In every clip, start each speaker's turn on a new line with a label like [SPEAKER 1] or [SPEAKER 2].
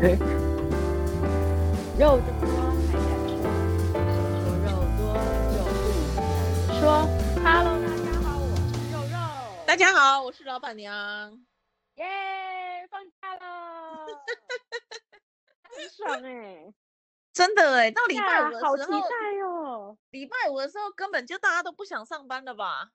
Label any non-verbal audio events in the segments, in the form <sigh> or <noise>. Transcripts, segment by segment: [SPEAKER 1] 对。 <laughs> 肉这么多还敢说，想说肉多就不能说。Hello，大家好，我是肉肉。
[SPEAKER 2] 大家好，我是老板娘。
[SPEAKER 1] 耶放假了， <laughs> 很爽哎、
[SPEAKER 2] 真的哎，到礼拜
[SPEAKER 1] 呀
[SPEAKER 2] 五的
[SPEAKER 1] 好期
[SPEAKER 2] 时候，
[SPEAKER 1] 待哦！
[SPEAKER 2] 礼拜五的时候根本就大家都不想上班了吧？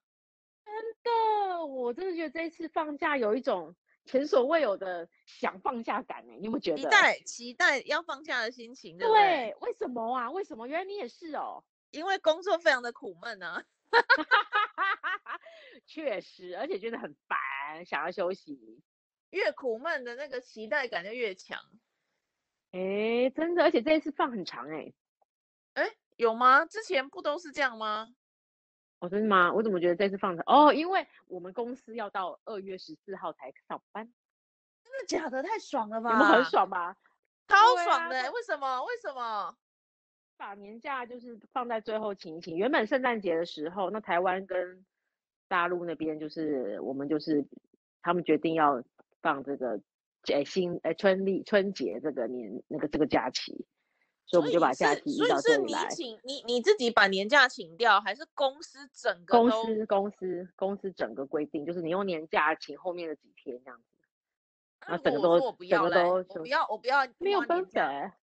[SPEAKER 1] 哥，我真的觉得这一次放假有一种前所未有的想放假感哎、你有没有觉得？
[SPEAKER 2] 期待期待要放假的心情，对不对？
[SPEAKER 1] 对，为什么啊？为什么？原来你也是哦。
[SPEAKER 2] 因为工作非常的苦闷啊。 <laughs>
[SPEAKER 1] <laughs> 确实，而且觉得很烦，想要休息。
[SPEAKER 2] 越苦闷的那个期待感就越强，
[SPEAKER 1] 哎，真的，而且这一次放很长哎、
[SPEAKER 2] 有吗？之前不都是这样吗？
[SPEAKER 1] 哦，真的吗？我怎么觉得这次放长？哦，因为我们公司要到二月十四号才上班，
[SPEAKER 2] 真的假的？太爽了
[SPEAKER 1] 你
[SPEAKER 2] 吧！
[SPEAKER 1] 们很，爽吧？
[SPEAKER 2] 超
[SPEAKER 1] 对啊
[SPEAKER 2] 爽的欸、
[SPEAKER 1] 这
[SPEAKER 2] 为什么？为什么？
[SPEAKER 1] 把年假就是放在最后请一请。原本圣诞节的时候，那台湾跟大陆那边就是我们就是他们决定要放这个诶新诶春历春节这个年那个这个假期，所以我们
[SPEAKER 2] 以
[SPEAKER 1] 就把
[SPEAKER 2] 你
[SPEAKER 1] 假
[SPEAKER 2] 是
[SPEAKER 1] 期移
[SPEAKER 2] 所以
[SPEAKER 1] 到
[SPEAKER 2] 是
[SPEAKER 1] 这里
[SPEAKER 2] 你
[SPEAKER 1] 来。
[SPEAKER 2] 请你你自己把年假请掉，还是公司整个
[SPEAKER 1] 公
[SPEAKER 2] 都
[SPEAKER 1] 司公司公司整个规定就是你用年假请后面的几天这样子，
[SPEAKER 2] 那
[SPEAKER 1] 啊
[SPEAKER 2] 如
[SPEAKER 1] 整
[SPEAKER 2] 果
[SPEAKER 1] 个
[SPEAKER 2] 我
[SPEAKER 1] 都
[SPEAKER 2] 说我不
[SPEAKER 1] 整
[SPEAKER 2] 要
[SPEAKER 1] 个
[SPEAKER 2] 嘞，
[SPEAKER 1] 都
[SPEAKER 2] 我
[SPEAKER 1] 什么
[SPEAKER 2] 不要，我不要，
[SPEAKER 1] 没有
[SPEAKER 2] 花年
[SPEAKER 1] 办
[SPEAKER 2] 假，
[SPEAKER 1] 法，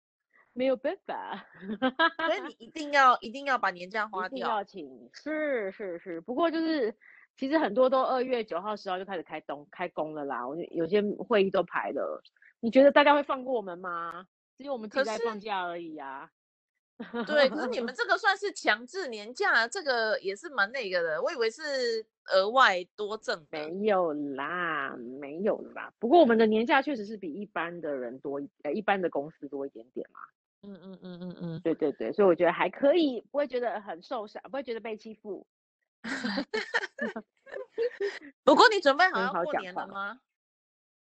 [SPEAKER 1] 没有办法，
[SPEAKER 2] 所以你一定要一定要把年假花
[SPEAKER 1] 一定
[SPEAKER 2] 掉。
[SPEAKER 1] 要请。是是是，不过就是其实很多都二月九号、十号就开始开工开工了啦，我就有些会议都排了。你觉得大家会放过我们吗？只有我们自
[SPEAKER 2] 可
[SPEAKER 1] 己在
[SPEAKER 2] 是
[SPEAKER 1] 放假而已啊。
[SPEAKER 2] 对，可是你们这个算是强制年假，这个也是蛮那个的。我以为是额外多挣
[SPEAKER 1] <laughs> 没
[SPEAKER 2] 的，
[SPEAKER 1] 有啦，没有啦。不过我们的年假确实是比一般的人多一，呃，一般的公司多一点点啦。
[SPEAKER 2] 嗯嗯嗯嗯嗯，
[SPEAKER 1] 对对对，所以我觉得还可以，不会觉得很受伤，不会觉得被欺负。
[SPEAKER 2] 不过你准备好
[SPEAKER 1] 很
[SPEAKER 2] 要
[SPEAKER 1] 好
[SPEAKER 2] 过
[SPEAKER 1] 讲
[SPEAKER 2] 年了
[SPEAKER 1] 话
[SPEAKER 2] 吗？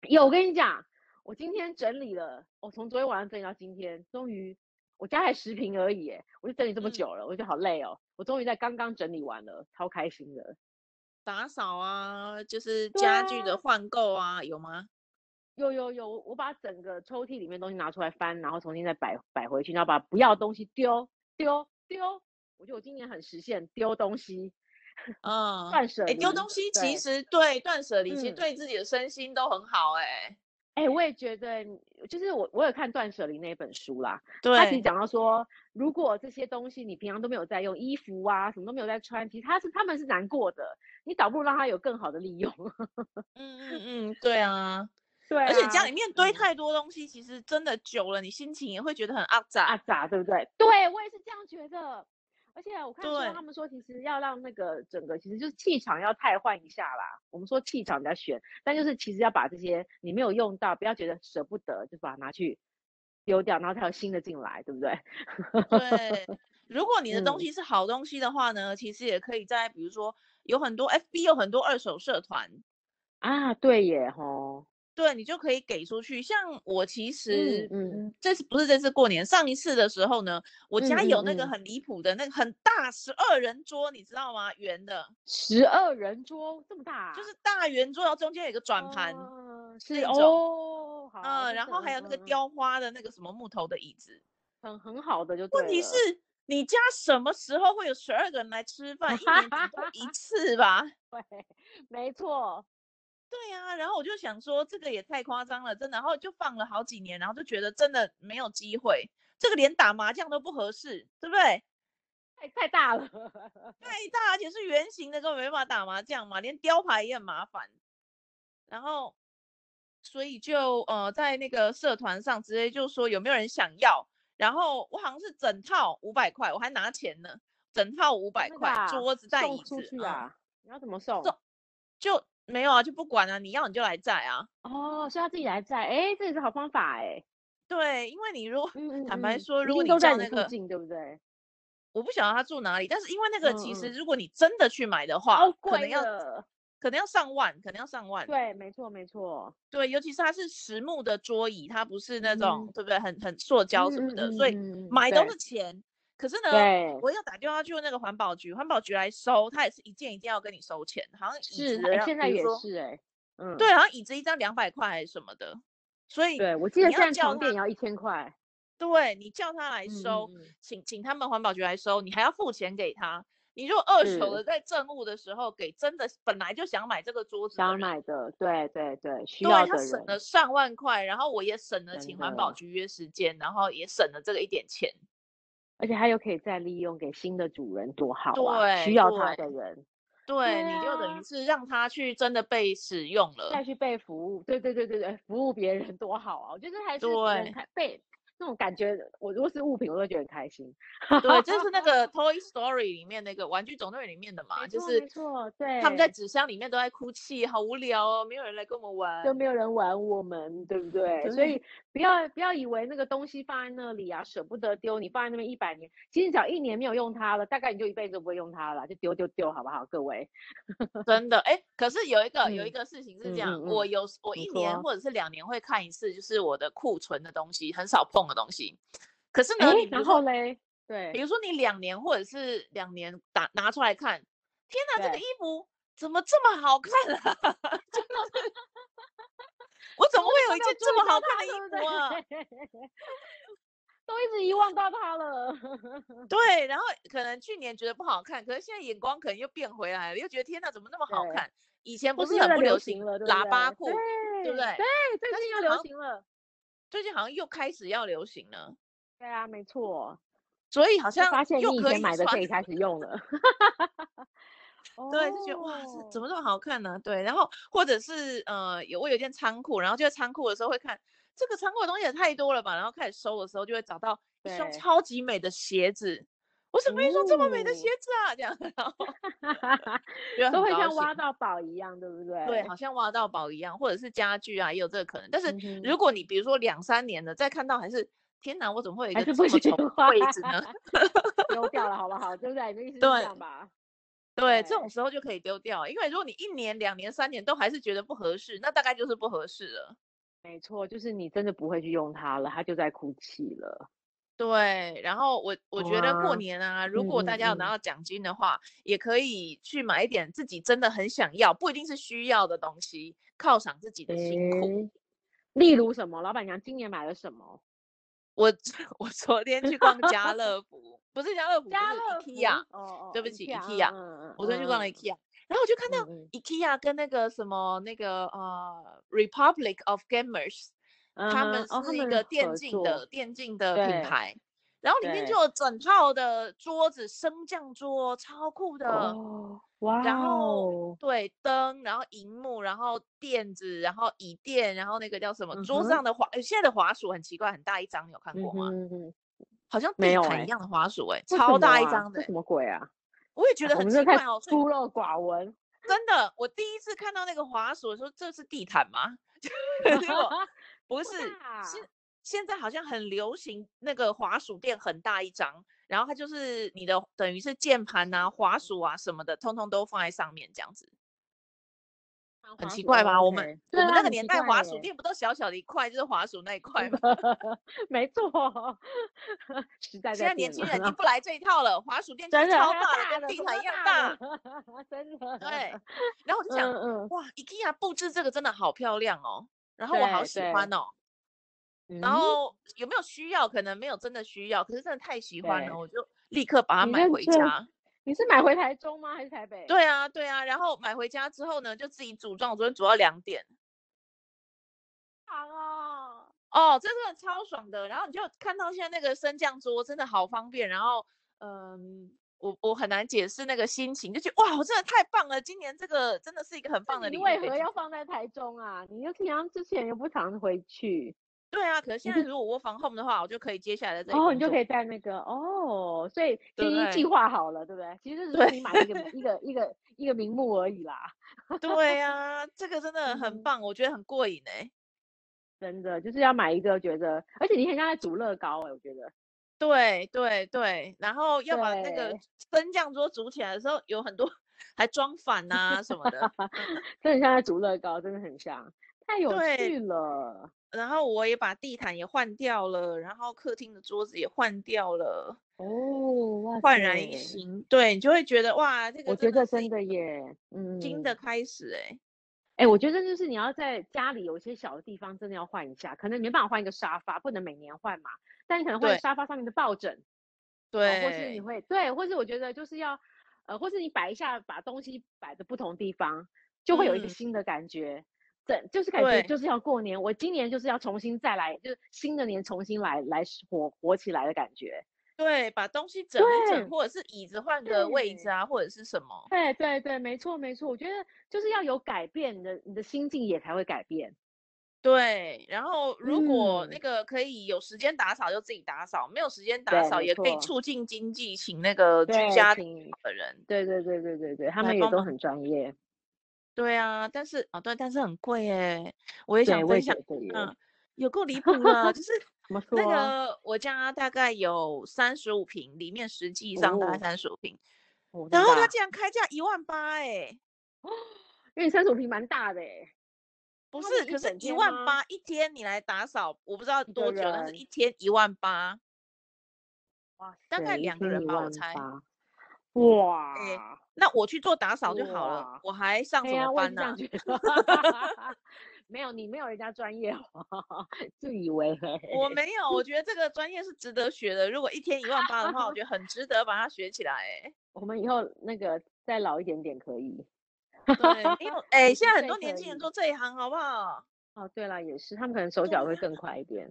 [SPEAKER 1] 有，我跟你讲，我今天整理了，我从昨天晚上整理到今天，终于我家才十瓶而已耶，我就整理这么
[SPEAKER 2] 嗯
[SPEAKER 1] 久了，我觉得好累哦。我终于在刚刚整理完了，超开心的。
[SPEAKER 2] 打扫啊，就是
[SPEAKER 1] 对
[SPEAKER 2] 家具的
[SPEAKER 1] 啊
[SPEAKER 2] 换购啊，有吗？
[SPEAKER 1] 有有有，我把整个抽屉里面东西拿出来翻，然后重新再摆摆回去，然后把不要的东西丢丢丢。我觉得我今年很实现丢东西
[SPEAKER 2] 嗯，
[SPEAKER 1] 断舍
[SPEAKER 2] 哎，
[SPEAKER 1] 离。
[SPEAKER 2] 丢东西
[SPEAKER 1] 对
[SPEAKER 2] 其实对断舍离，其实
[SPEAKER 1] 嗯
[SPEAKER 2] 对自己的身心都很好，哎，
[SPEAKER 1] 哎、我也觉得，就是我我有看《断舍离》那一本书啦，他其实
[SPEAKER 2] 对，
[SPEAKER 1] 讲到说，如果这些东西你平常都没有在用，衣服啊什么都没有在穿，其实他是他们是难过的，你倒不如让他有更好的利用。
[SPEAKER 2] 嗯嗯嗯， <laughs> 对啊。
[SPEAKER 1] 对、
[SPEAKER 2] 而且家里面堆
[SPEAKER 1] 嗯
[SPEAKER 2] 太多东西，其实真的久了，你心情也会觉得很肮
[SPEAKER 1] 啊
[SPEAKER 2] 脏。
[SPEAKER 1] 咋对不对？对我也是这样觉得。而且我看说
[SPEAKER 2] 对
[SPEAKER 1] 他们说，其实要让那个整个其实就是气场要汰换一下啦。我们说气场比较玄，但就是其实要把这些你没有用到，不要觉得舍不得，就把它拿去丢掉，然后才有新的进来，对不对？ <laughs>
[SPEAKER 2] 对，如果你的
[SPEAKER 1] 嗯
[SPEAKER 2] 东西是好东西的话呢，其实也可以在比如说有很多 FB 有很多二手社团，
[SPEAKER 1] 啊，对耶，吼，
[SPEAKER 2] 对你就可以给出去。像我其实，
[SPEAKER 1] 嗯
[SPEAKER 2] 嗯，这次不是这次过年，上一次的时候呢，我家
[SPEAKER 1] 嗯
[SPEAKER 2] 有
[SPEAKER 1] 嗯
[SPEAKER 2] 那个
[SPEAKER 1] 嗯
[SPEAKER 2] 很离谱的那个很大十二人桌，你知道吗？圆的，
[SPEAKER 1] 十二人桌这么大啊，
[SPEAKER 2] 就是大圆桌，然后中间有一个转盘，
[SPEAKER 1] 嗯
[SPEAKER 2] 那
[SPEAKER 1] 是
[SPEAKER 2] 种
[SPEAKER 1] 哦，好，
[SPEAKER 2] 嗯，
[SPEAKER 1] 就
[SPEAKER 2] 然
[SPEAKER 1] 是
[SPEAKER 2] 后还有
[SPEAKER 1] 嗯
[SPEAKER 2] 那个
[SPEAKER 1] 嗯嗯
[SPEAKER 2] 雕花的那个什么木头的椅子。
[SPEAKER 1] 很很好的就对
[SPEAKER 2] 问题
[SPEAKER 1] 了
[SPEAKER 2] 是，你家什么时候会有十二个人来吃饭？一
[SPEAKER 1] <laughs>
[SPEAKER 2] 年顶多一次吧。
[SPEAKER 1] 对，没错，
[SPEAKER 2] 对呀、然后我就想说，这个也太夸张了，真的。然后就放了好几年，然后就觉得真的没有机会，这个连打麻将都不合适，对不对？
[SPEAKER 1] 太太大了， <laughs> 嗯
[SPEAKER 2] 太大，而且是圆形的，根本没办法打麻将嘛，连雕牌也很麻烦。然后，所以就呃，在那个社团上直接就说有没有人想要，然后我好像是整套五百块，我还拿钱呢，整套五百
[SPEAKER 1] 真的
[SPEAKER 2] 块，
[SPEAKER 1] 啊
[SPEAKER 2] 桌子带
[SPEAKER 1] 送
[SPEAKER 2] 椅子
[SPEAKER 1] 出去
[SPEAKER 2] 嗯
[SPEAKER 1] 啊，你要怎么送？
[SPEAKER 2] 就没有啊，就不管啊，你要你就来载啊。
[SPEAKER 1] 哦，所以他自己来载，哎，这也是好方法哎。
[SPEAKER 2] 对，因为你如果
[SPEAKER 1] 嗯，
[SPEAKER 2] 坦
[SPEAKER 1] 嗯
[SPEAKER 2] 白
[SPEAKER 1] 嗯
[SPEAKER 2] 说
[SPEAKER 1] 一
[SPEAKER 2] 如果
[SPEAKER 1] 定
[SPEAKER 2] 你
[SPEAKER 1] 都在
[SPEAKER 2] 叫
[SPEAKER 1] 你
[SPEAKER 2] 那
[SPEAKER 1] 附
[SPEAKER 2] 个
[SPEAKER 1] 近，对不对？
[SPEAKER 2] 我不晓得他住哪里，但是因为那个
[SPEAKER 1] 嗯
[SPEAKER 2] 其实
[SPEAKER 1] 嗯
[SPEAKER 2] 如果你真的去买的话，
[SPEAKER 1] 超哦
[SPEAKER 2] 可能
[SPEAKER 1] 贵
[SPEAKER 2] 要
[SPEAKER 1] 的，
[SPEAKER 2] 可能要上万，可能要上万。
[SPEAKER 1] 对，没错没错，
[SPEAKER 2] 对，尤其是它是实木的桌椅，它不是那种、
[SPEAKER 1] 嗯
[SPEAKER 2] 对不对，很很塑胶什么的，所以
[SPEAKER 1] 以
[SPEAKER 2] 买都是钱。可是呢，
[SPEAKER 1] 嗯对，
[SPEAKER 2] 我要打电话去那个环保局，环保局来收，他也是一件一件要跟你收钱，好像椅
[SPEAKER 1] 是
[SPEAKER 2] 子
[SPEAKER 1] 哎
[SPEAKER 2] 要
[SPEAKER 1] 现在
[SPEAKER 2] 啊比如
[SPEAKER 1] 也
[SPEAKER 2] 说
[SPEAKER 1] 是哎，嗯，
[SPEAKER 2] 对，好像椅子一张两百块还是什么的。所以
[SPEAKER 1] 对，我记得
[SPEAKER 2] 你
[SPEAKER 1] 现
[SPEAKER 2] 要
[SPEAKER 1] 在
[SPEAKER 2] 叫
[SPEAKER 1] 床
[SPEAKER 2] 他
[SPEAKER 1] 垫也要一千块，
[SPEAKER 2] 对你叫他来收，
[SPEAKER 1] 嗯嗯嗯
[SPEAKER 2] 请请他们环保局来收，你还要付钱给他。你如果二手
[SPEAKER 1] 是
[SPEAKER 2] 的在政务的时候给真的本来就想买这个桌子的
[SPEAKER 1] 想
[SPEAKER 2] 人，
[SPEAKER 1] 买的，对对对，需
[SPEAKER 2] 对啊
[SPEAKER 1] 要
[SPEAKER 2] 他
[SPEAKER 1] 的
[SPEAKER 2] 省
[SPEAKER 1] 人
[SPEAKER 2] 了上万块，然后我也省了
[SPEAKER 1] 真
[SPEAKER 2] 请环保
[SPEAKER 1] 的
[SPEAKER 2] 局约时间，然后也省了这个一点钱。
[SPEAKER 1] 而且他又可以再利用给新的主人，多好啊！需
[SPEAKER 2] 对
[SPEAKER 1] 要他
[SPEAKER 2] 对
[SPEAKER 1] 的人
[SPEAKER 2] 对，你就等
[SPEAKER 1] 啊
[SPEAKER 2] 于是让他去真的被使用了。
[SPEAKER 1] 再去被服务，对对对对对，服务别人多好啊！我觉得还是别人
[SPEAKER 2] 对
[SPEAKER 1] 开被那种感觉，我如果是物品，我都觉得很开心。
[SPEAKER 2] 对，这
[SPEAKER 1] <laughs>
[SPEAKER 2] 是那个 Toy Story 里面那个《玩具总动员》里面的嘛，
[SPEAKER 1] 没
[SPEAKER 2] 啊就
[SPEAKER 1] 错
[SPEAKER 2] 是
[SPEAKER 1] 没错，对，
[SPEAKER 2] 他们在纸箱里面都在哭泣，好无聊哦，没有人来跟我们玩。
[SPEAKER 1] 就没有人玩我们，对不对？所
[SPEAKER 2] 对
[SPEAKER 1] 以不要不要以为那个东西放在那里啊，舍不得丢，你放在那边一百年，其实你只要一年没有用它了，大概你就一辈子都不会用它了啦，就丢丢丢，好不好？各位，
[SPEAKER 2] 真的，哎，可是有一个、有一
[SPEAKER 1] 嗯
[SPEAKER 2] 个事情是
[SPEAKER 1] 嗯
[SPEAKER 2] 这样，
[SPEAKER 1] 嗯
[SPEAKER 2] 我有我
[SPEAKER 1] 你
[SPEAKER 2] 一年
[SPEAKER 1] 说啊
[SPEAKER 2] 或者是两年会看一次，就是我的库存的东西，很少碰的东西。可是呢，
[SPEAKER 1] 哎
[SPEAKER 2] 啊你，比
[SPEAKER 1] 然
[SPEAKER 2] 如
[SPEAKER 1] 后
[SPEAKER 2] 说，
[SPEAKER 1] 嘞，
[SPEAKER 2] 比
[SPEAKER 1] 对，
[SPEAKER 2] 如说你两年或者是两年打拿出来看，天哪，这个
[SPEAKER 1] 对
[SPEAKER 2] 衣服怎么这么好看啊？ <laughs> 真的是我怎么会有一件这么好看的衣服啊？
[SPEAKER 1] <laughs> 对不对？都一直遗忘到它了，
[SPEAKER 2] 对，然后可能去年觉得不好看，可是现在眼光可能又变回来了，又觉得天呐，怎么那么好
[SPEAKER 1] 对
[SPEAKER 2] 看？以前不
[SPEAKER 1] 不
[SPEAKER 2] 是很不
[SPEAKER 1] 流
[SPEAKER 2] 流行
[SPEAKER 1] 了，对不
[SPEAKER 2] 喇叭
[SPEAKER 1] 对
[SPEAKER 2] 裤，对不对
[SPEAKER 1] 对，最
[SPEAKER 2] 但
[SPEAKER 1] 近
[SPEAKER 2] 是
[SPEAKER 1] 又
[SPEAKER 2] 好
[SPEAKER 1] 流
[SPEAKER 2] 像
[SPEAKER 1] 行了，
[SPEAKER 2] 最近好像又开始要流行了，
[SPEAKER 1] 对啊，没错，
[SPEAKER 2] 所以好
[SPEAKER 1] 就
[SPEAKER 2] 像
[SPEAKER 1] 发现
[SPEAKER 2] 又
[SPEAKER 1] 你以
[SPEAKER 2] 可
[SPEAKER 1] 前
[SPEAKER 2] 以
[SPEAKER 1] 买的可
[SPEAKER 2] 穿
[SPEAKER 1] 以。开始用了，
[SPEAKER 2] 对，就觉得哇，这
[SPEAKER 1] 哦
[SPEAKER 2] 怎么这么好看呢、对，然后或者是呃，有我有一件仓库，然后就在仓库的时候会看这个仓库的东西也太多了吧，然后开始收的时候就会找到一双
[SPEAKER 1] 对
[SPEAKER 2] 超级美的鞋子，我怎么一双这么美的
[SPEAKER 1] 哦
[SPEAKER 2] 鞋子啊？这样， <laughs> 然后
[SPEAKER 1] <laughs>
[SPEAKER 2] 觉得
[SPEAKER 1] 都
[SPEAKER 2] 很
[SPEAKER 1] 会
[SPEAKER 2] 高
[SPEAKER 1] 像
[SPEAKER 2] 兴
[SPEAKER 1] 挖到宝一样，对不对？
[SPEAKER 2] 对，啊好像挖到宝一样，或者是家具啊，也有这个可能。但是
[SPEAKER 1] 嗯哼
[SPEAKER 2] 如果你比如说两三年了，再看到还是天哪，我怎么会有一
[SPEAKER 1] 还
[SPEAKER 2] 个
[SPEAKER 1] 是
[SPEAKER 2] 这
[SPEAKER 1] 不
[SPEAKER 2] 么
[SPEAKER 1] 喜
[SPEAKER 2] 丑的
[SPEAKER 1] 欢
[SPEAKER 2] 柜子呢？
[SPEAKER 1] 丢掉了，好不好？对不对？你的意思是这
[SPEAKER 2] 对
[SPEAKER 1] 样吧？
[SPEAKER 2] 对，这种
[SPEAKER 1] 对
[SPEAKER 2] 时候就可以丢掉，啊因为如果你一年、两年、三年都还是觉得不合适，那大概就是不合适了。
[SPEAKER 1] 没错，就是你真的不会去用它了，它就在哭泣了。
[SPEAKER 2] 对，然后我我觉得过
[SPEAKER 1] 哇
[SPEAKER 2] 年啊，如
[SPEAKER 1] 嗯
[SPEAKER 2] 果
[SPEAKER 1] 嗯
[SPEAKER 2] 大家有
[SPEAKER 1] 嗯
[SPEAKER 2] 拿到奖金的话，也可以去买一点自己真的很想要，不一定是需要的东西，犒赏自己的辛苦。
[SPEAKER 1] 诶例如什么？老板娘今年买了什么？
[SPEAKER 2] 我我昨天去逛
[SPEAKER 1] <laughs>
[SPEAKER 2] 家乐福，不是家乐福，
[SPEAKER 1] 家乐
[SPEAKER 2] 就是 IKEA。
[SPEAKER 1] 福哦哦，
[SPEAKER 2] 对不起
[SPEAKER 1] IKEA，
[SPEAKER 2] IKEA
[SPEAKER 1] 嗯嗯
[SPEAKER 2] 我昨天去逛了 IKEA，然后我就看到
[SPEAKER 1] 嗯
[SPEAKER 2] IKEA 跟那个什么那个呃 Republic of Gamers，、
[SPEAKER 1] 嗯
[SPEAKER 2] 他
[SPEAKER 1] 嗯
[SPEAKER 2] 们
[SPEAKER 1] 哼哦，他
[SPEAKER 2] 是一
[SPEAKER 1] 们
[SPEAKER 2] 个电
[SPEAKER 1] 合
[SPEAKER 2] 竞
[SPEAKER 1] 作
[SPEAKER 2] 的电竞的品
[SPEAKER 1] 对
[SPEAKER 2] 牌，然后里面就
[SPEAKER 1] 对
[SPEAKER 2] 有整套的桌子，升降桌超酷的，
[SPEAKER 1] 哦，哇
[SPEAKER 2] 然后
[SPEAKER 1] 哦，
[SPEAKER 2] 对灯，然后荧幕，然后垫子，然后椅垫，然后那个叫什么
[SPEAKER 1] 嗯
[SPEAKER 2] 桌
[SPEAKER 1] 哼
[SPEAKER 2] 子上的滑，呃现在的滑鼠很奇怪，很大一张，你有看
[SPEAKER 1] 嗯
[SPEAKER 2] 过吗？
[SPEAKER 1] 哼嗯哼，
[SPEAKER 2] 好像
[SPEAKER 1] 没
[SPEAKER 2] 地
[SPEAKER 1] 有
[SPEAKER 2] 毯
[SPEAKER 1] 欸
[SPEAKER 2] 一样的滑鼠、欸，哎，
[SPEAKER 1] 为什
[SPEAKER 2] 超大
[SPEAKER 1] 么
[SPEAKER 2] 一
[SPEAKER 1] 啊
[SPEAKER 2] 张的
[SPEAKER 1] 这
[SPEAKER 2] 欸、
[SPEAKER 1] 什么鬼啊？
[SPEAKER 2] 我也觉得
[SPEAKER 1] 我
[SPEAKER 2] 很
[SPEAKER 1] 们
[SPEAKER 2] 奇
[SPEAKER 1] 这
[SPEAKER 2] 怪
[SPEAKER 1] 太
[SPEAKER 2] 哦，所以
[SPEAKER 1] 孤陋寡闻。
[SPEAKER 2] 真的，我第一次看到那个滑鼠的时候，这是地毯吗？ <laughs> 结
[SPEAKER 1] <laughs>
[SPEAKER 2] 果不是，
[SPEAKER 1] 啊
[SPEAKER 2] 现现在好像很流行那个滑鼠垫很大一张，然后它就是你的等于是键盘啊、滑鼠啊什么的，通通都放在上面这样子，很奇怪吧？我们我
[SPEAKER 1] 啊
[SPEAKER 2] 们那个年代滑鼠
[SPEAKER 1] 店，
[SPEAKER 2] 垫不都小小的一块，就是滑鼠那
[SPEAKER 1] <laughs>
[SPEAKER 2] 一块吗？
[SPEAKER 1] 没错，时代
[SPEAKER 2] 现在
[SPEAKER 1] 变
[SPEAKER 2] 年轻
[SPEAKER 1] 了
[SPEAKER 2] 人已经不来这一套了，滑鼠垫就
[SPEAKER 1] 真
[SPEAKER 2] 是
[SPEAKER 1] 的
[SPEAKER 2] 超
[SPEAKER 1] 还要
[SPEAKER 2] 大的，
[SPEAKER 1] 的
[SPEAKER 2] 跟地
[SPEAKER 1] 怎
[SPEAKER 2] 毯
[SPEAKER 1] 么
[SPEAKER 2] 一样
[SPEAKER 1] 大
[SPEAKER 2] 大。
[SPEAKER 1] 的，真的
[SPEAKER 2] 对，然后我就想，
[SPEAKER 1] 嗯嗯
[SPEAKER 2] 哇，IKEA 布置这个真的好漂亮哦，然后我好
[SPEAKER 1] 对
[SPEAKER 2] 喜
[SPEAKER 1] 对
[SPEAKER 2] 欢哦。
[SPEAKER 1] 嗯，
[SPEAKER 2] 然后有没有需要？可能没有真的需要，可是真的太喜欢
[SPEAKER 1] 对
[SPEAKER 2] 了，我就立刻把它
[SPEAKER 1] 你
[SPEAKER 2] 买
[SPEAKER 1] 认
[SPEAKER 2] 回
[SPEAKER 1] 真
[SPEAKER 2] 家。
[SPEAKER 1] 你是买回台中吗？还是台北？，
[SPEAKER 2] 对啊，对啊。然后买回家之后呢，就自己组装。我昨天煮到两点，
[SPEAKER 1] 好哦，
[SPEAKER 2] 哦，这真的超爽的。然后你就看到现在那个升降桌真的好方便。然后，嗯，我我很难解释那个心情，就觉得哇，我真的太棒了！今年这个真的是一个很棒的
[SPEAKER 1] 你
[SPEAKER 2] 礼物
[SPEAKER 1] 为
[SPEAKER 2] 给
[SPEAKER 1] 何
[SPEAKER 2] 自
[SPEAKER 1] 要
[SPEAKER 2] 己。
[SPEAKER 1] 放在台中啊？你又平常之前又不常回去，
[SPEAKER 2] 对啊，可是现
[SPEAKER 1] 你 <laughs>
[SPEAKER 2] 在如果我防 home 的话，我就可以接下来在这里
[SPEAKER 1] 哦，你
[SPEAKER 2] 工
[SPEAKER 1] 就
[SPEAKER 2] 作。
[SPEAKER 1] 可以在那个哦，所以
[SPEAKER 2] 对
[SPEAKER 1] 第
[SPEAKER 2] 不
[SPEAKER 1] 一计
[SPEAKER 2] 对
[SPEAKER 1] 划好了，对不对？其实只是
[SPEAKER 2] 对
[SPEAKER 1] 你买一个一个一个一个名目而已啦。 <laughs>
[SPEAKER 2] 对啊，这个真的
[SPEAKER 1] 嗯
[SPEAKER 2] 很
[SPEAKER 1] 哼
[SPEAKER 2] 棒，我觉得很过瘾哎、
[SPEAKER 1] 真的就是要买一个，觉得，而且你很像在煮乐高哎、我觉得
[SPEAKER 2] 对对对，然后要把那个
[SPEAKER 1] 对
[SPEAKER 2] 升降桌组起来的时候，有很多 <laughs> 还装反呐、什么的。
[SPEAKER 1] 真的很像在煮乐高，真的很像，太有
[SPEAKER 2] 对
[SPEAKER 1] 趣了。
[SPEAKER 2] 然后我也把地毯也换掉了，然后客厅的桌子也换掉了，
[SPEAKER 1] 哦，哇
[SPEAKER 2] 焕然一
[SPEAKER 1] 塞！
[SPEAKER 2] 新。对你就会觉得哇，这个
[SPEAKER 1] 我觉得
[SPEAKER 2] 是
[SPEAKER 1] 真
[SPEAKER 2] 一
[SPEAKER 1] 的
[SPEAKER 2] 个
[SPEAKER 1] 耶，嗯，
[SPEAKER 2] 新的开始哎、
[SPEAKER 1] 哎、我觉得就是你要在家里有一些小的地方真的要换一下，可能没办法换一个沙发，不能每年换嘛。但你可能换
[SPEAKER 2] 对
[SPEAKER 1] 沙发上面的抱枕，
[SPEAKER 2] 对，
[SPEAKER 1] 哦或是你会对，或是我觉得就是要，呃，或是你摆一下，把东西摆的不同地方，就会有一个
[SPEAKER 2] 嗯
[SPEAKER 1] 新的感觉。对，就是感觉
[SPEAKER 2] 对
[SPEAKER 1] 就是要过年，我今年就是要重新再来，就是新的年重新来来火火起来的感觉。
[SPEAKER 2] 对，把东西整一
[SPEAKER 1] 对
[SPEAKER 2] 整，或者是椅子换个位置
[SPEAKER 1] 对
[SPEAKER 2] 啊，或者是什么。
[SPEAKER 1] 对对对，没错没错，我觉得就是要有改变，你的你的心境也才会改变。
[SPEAKER 2] 对，然后如果那
[SPEAKER 1] 嗯
[SPEAKER 2] 个可以有时间打扫就自己打扫，没有时间打
[SPEAKER 1] 对
[SPEAKER 2] 扫
[SPEAKER 1] 没
[SPEAKER 2] 也可以
[SPEAKER 1] 错
[SPEAKER 2] 促进经济，请那个居
[SPEAKER 1] 对
[SPEAKER 2] 家
[SPEAKER 1] 请
[SPEAKER 2] 的人。
[SPEAKER 1] 对对对对对对，他
[SPEAKER 2] 来
[SPEAKER 1] 们也
[SPEAKER 2] 帮
[SPEAKER 1] 都
[SPEAKER 2] 忙
[SPEAKER 1] 很专业。
[SPEAKER 2] 对啊，但是啊、对，但是很贵耶，我也
[SPEAKER 1] 对，
[SPEAKER 2] 想
[SPEAKER 1] 我也
[SPEAKER 2] 分
[SPEAKER 1] 觉
[SPEAKER 2] 享，
[SPEAKER 1] 得耶
[SPEAKER 2] 嗯，有够离谱了，就是
[SPEAKER 1] 怎么说？
[SPEAKER 2] 那个我家大概有三十五平，里面实际上大概
[SPEAKER 1] 哦
[SPEAKER 2] 三十五平，
[SPEAKER 1] 哦
[SPEAKER 2] 然
[SPEAKER 1] 真
[SPEAKER 2] 后
[SPEAKER 1] 的
[SPEAKER 2] 他
[SPEAKER 1] 啊
[SPEAKER 2] 竟然开价一万八，哎，
[SPEAKER 1] 因为你三十五平蛮大的哎，
[SPEAKER 2] 不
[SPEAKER 1] 那
[SPEAKER 2] 是，
[SPEAKER 1] 你一
[SPEAKER 2] 可是
[SPEAKER 1] 整
[SPEAKER 2] 一
[SPEAKER 1] 天
[SPEAKER 2] 万
[SPEAKER 1] 吗
[SPEAKER 2] 八一天你来打扫，我不知道
[SPEAKER 1] 一个
[SPEAKER 2] 多久，但是
[SPEAKER 1] 人
[SPEAKER 2] 一天一万八，
[SPEAKER 1] 哇塞，
[SPEAKER 2] 大概
[SPEAKER 1] 一
[SPEAKER 2] 两个
[SPEAKER 1] 天
[SPEAKER 2] 人
[SPEAKER 1] 一
[SPEAKER 2] 吧，我
[SPEAKER 1] 万
[SPEAKER 2] 猜。
[SPEAKER 1] 八，哇，
[SPEAKER 2] 那我去做打扫就好了
[SPEAKER 1] 哇，
[SPEAKER 2] 我还上
[SPEAKER 1] 哎
[SPEAKER 2] 什
[SPEAKER 1] 呀，
[SPEAKER 2] 么
[SPEAKER 1] 我也是
[SPEAKER 2] 班
[SPEAKER 1] 这
[SPEAKER 2] 呢、
[SPEAKER 1] 样觉得， <laughs> 没有你没有人家专业哦，自以为嘞，
[SPEAKER 2] 我没有，我觉得这个专业是值得学的。如果一天一万八的话，我觉得很值得把它学起来、欸。
[SPEAKER 1] 我们以后那个再老一点点可以。
[SPEAKER 2] 对，
[SPEAKER 1] <laughs>
[SPEAKER 2] 因为哎、
[SPEAKER 1] 我
[SPEAKER 2] 现
[SPEAKER 1] 觉得
[SPEAKER 2] 在很
[SPEAKER 1] 也
[SPEAKER 2] 多
[SPEAKER 1] 可
[SPEAKER 2] 年轻人
[SPEAKER 1] 以
[SPEAKER 2] 做这一行，好不好？
[SPEAKER 1] 哦，对了，也是，他们可能手
[SPEAKER 2] 对
[SPEAKER 1] 脚会
[SPEAKER 2] 啊
[SPEAKER 1] 更快一点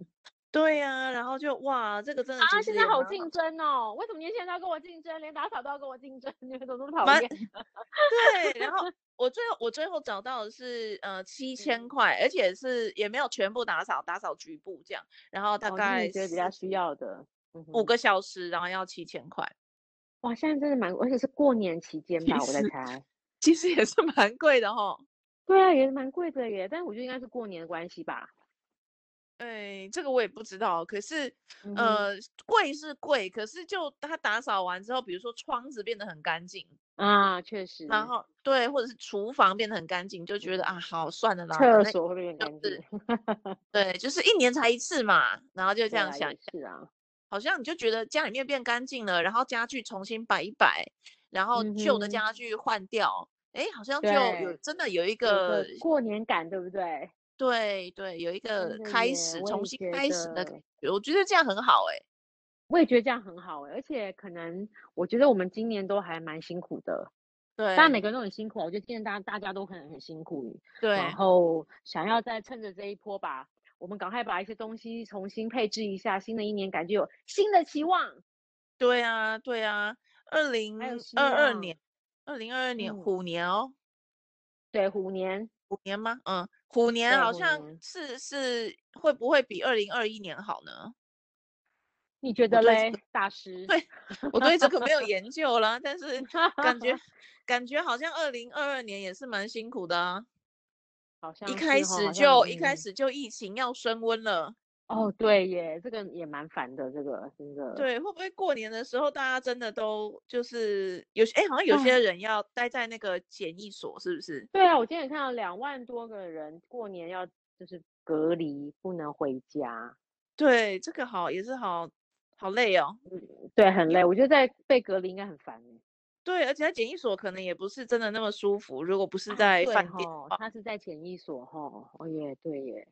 [SPEAKER 2] 对呀、然后就哇，这个真的
[SPEAKER 1] 啊。
[SPEAKER 2] 其
[SPEAKER 1] 现
[SPEAKER 2] 实
[SPEAKER 1] 在
[SPEAKER 2] 也
[SPEAKER 1] 好
[SPEAKER 2] 蛮
[SPEAKER 1] 竞争哦，为什么年轻人都要跟我竞争，连打扫都要跟我竞争？你们怎么那么讨
[SPEAKER 2] 蛮
[SPEAKER 1] 厌？
[SPEAKER 2] 对，然
[SPEAKER 1] <laughs>
[SPEAKER 2] 后我最后我最后找到的是呃七千
[SPEAKER 1] 嗯
[SPEAKER 2] 块，而且是也没有全部打扫，打扫局部这样，然后大
[SPEAKER 1] 哦，就是
[SPEAKER 2] 概
[SPEAKER 1] 你觉得比
[SPEAKER 2] 四
[SPEAKER 1] 较需要的，嗯
[SPEAKER 2] 五
[SPEAKER 1] 哼，
[SPEAKER 2] 个小时，然后要七千块，
[SPEAKER 1] 哇，现在真的蛮，而且是过年期间
[SPEAKER 2] 其
[SPEAKER 1] 吧，我在
[SPEAKER 2] 实
[SPEAKER 1] 猜。
[SPEAKER 2] 其实也是 <laughs> 蛮贵的哈。
[SPEAKER 1] 对啊，也蛮贵的耶，但我觉得应该是过年的关系吧。
[SPEAKER 2] 哎，这个我也不知道，可是
[SPEAKER 1] 嗯哼，
[SPEAKER 2] 呃贵是贵，可是就他打扫完之后，比如说窗子变得很干净，
[SPEAKER 1] 啊，确实，
[SPEAKER 2] 然后对，或者是厨房变得很干净，就觉得啊好算了啦，反
[SPEAKER 1] 厕
[SPEAKER 2] 正
[SPEAKER 1] 所会不会有点干
[SPEAKER 2] 就是
[SPEAKER 1] <laughs> 净？
[SPEAKER 2] 对，就是一年才一次嘛，然后就这
[SPEAKER 1] 对
[SPEAKER 2] 样
[SPEAKER 1] 啊，
[SPEAKER 2] 想
[SPEAKER 1] 也是啊。
[SPEAKER 2] 好像你就觉得家里面变干净了，然后家具重新摆一摆，然后
[SPEAKER 1] 嗯
[SPEAKER 2] 旧的
[SPEAKER 1] 哼，
[SPEAKER 2] 家具换掉，哎，好像就有
[SPEAKER 1] 对，
[SPEAKER 2] 真的有一
[SPEAKER 1] 有
[SPEAKER 2] 个
[SPEAKER 1] 个过年感，对不对？
[SPEAKER 2] 对对，有一
[SPEAKER 1] 真
[SPEAKER 2] 个
[SPEAKER 1] 的
[SPEAKER 2] 开
[SPEAKER 1] 耶，
[SPEAKER 2] 始，
[SPEAKER 1] 我
[SPEAKER 2] 重
[SPEAKER 1] 也
[SPEAKER 2] 新
[SPEAKER 1] 觉
[SPEAKER 2] 开始的感
[SPEAKER 1] 得，
[SPEAKER 2] 觉，我觉得这样很好哎、
[SPEAKER 1] 我也觉得这样很好哎，而且可能我觉得我们今年都还蛮辛苦的，当然每
[SPEAKER 2] 对
[SPEAKER 1] 个人都很辛苦啊，我觉得今年大家大家都可能很辛苦，然
[SPEAKER 2] 对
[SPEAKER 1] 后想要再趁着这一波吧，我们赶快把一些东西重新配置一下，新的一年感觉有新的期望，
[SPEAKER 2] 对啊对啊，二
[SPEAKER 1] 还有
[SPEAKER 2] 零
[SPEAKER 1] 希
[SPEAKER 2] 二二年
[SPEAKER 1] 望，，
[SPEAKER 2] 二零二二年
[SPEAKER 1] 嗯。
[SPEAKER 2] 虎年哦，
[SPEAKER 1] 对，虎年，
[SPEAKER 2] 虎年吗？嗯，虎年
[SPEAKER 1] 对，
[SPEAKER 2] 好
[SPEAKER 1] 虎
[SPEAKER 2] 像
[SPEAKER 1] 年，
[SPEAKER 2] 是是会不会比二零二一年好
[SPEAKER 1] <laughs>
[SPEAKER 2] 呢？
[SPEAKER 1] 你觉
[SPEAKER 2] 我
[SPEAKER 1] 得
[SPEAKER 2] 对这个
[SPEAKER 1] 嘞，大师？
[SPEAKER 2] 对，我对这个没有研究啦，但是 <laughs> 感
[SPEAKER 1] <laughs>
[SPEAKER 2] 觉感觉好像二零二二年也是蛮辛苦的啊，
[SPEAKER 1] 好
[SPEAKER 2] 一
[SPEAKER 1] 像
[SPEAKER 2] 开
[SPEAKER 1] 是哈，
[SPEAKER 2] 始
[SPEAKER 1] 好像
[SPEAKER 2] 就一开
[SPEAKER 1] 嗯，
[SPEAKER 2] 始就疫情要升温了，
[SPEAKER 1] 哦，对耶，这个也蛮烦的，这个真的，
[SPEAKER 2] 对，会不会过年的时候大家真的都就是有些哎，好像有些
[SPEAKER 1] 哎，
[SPEAKER 2] 人要待在那个检疫所，是不是？
[SPEAKER 1] 对啊，我今天也看到两万多个人过年要就是隔离，不能回家，
[SPEAKER 2] 对，这个好也是好好累哦，
[SPEAKER 1] 嗯，对，很
[SPEAKER 2] 因
[SPEAKER 1] 累，
[SPEAKER 2] 为
[SPEAKER 1] 我觉得在被隔离应该很烦耶
[SPEAKER 2] 对，而且在检疫所可能也不是真的那么舒服，如果不是
[SPEAKER 1] 啊，
[SPEAKER 2] 在
[SPEAKER 1] 对
[SPEAKER 2] 饭店的哦
[SPEAKER 1] 吼，
[SPEAKER 2] 话。
[SPEAKER 1] 他是在潜意所吼，哦耶，对耶，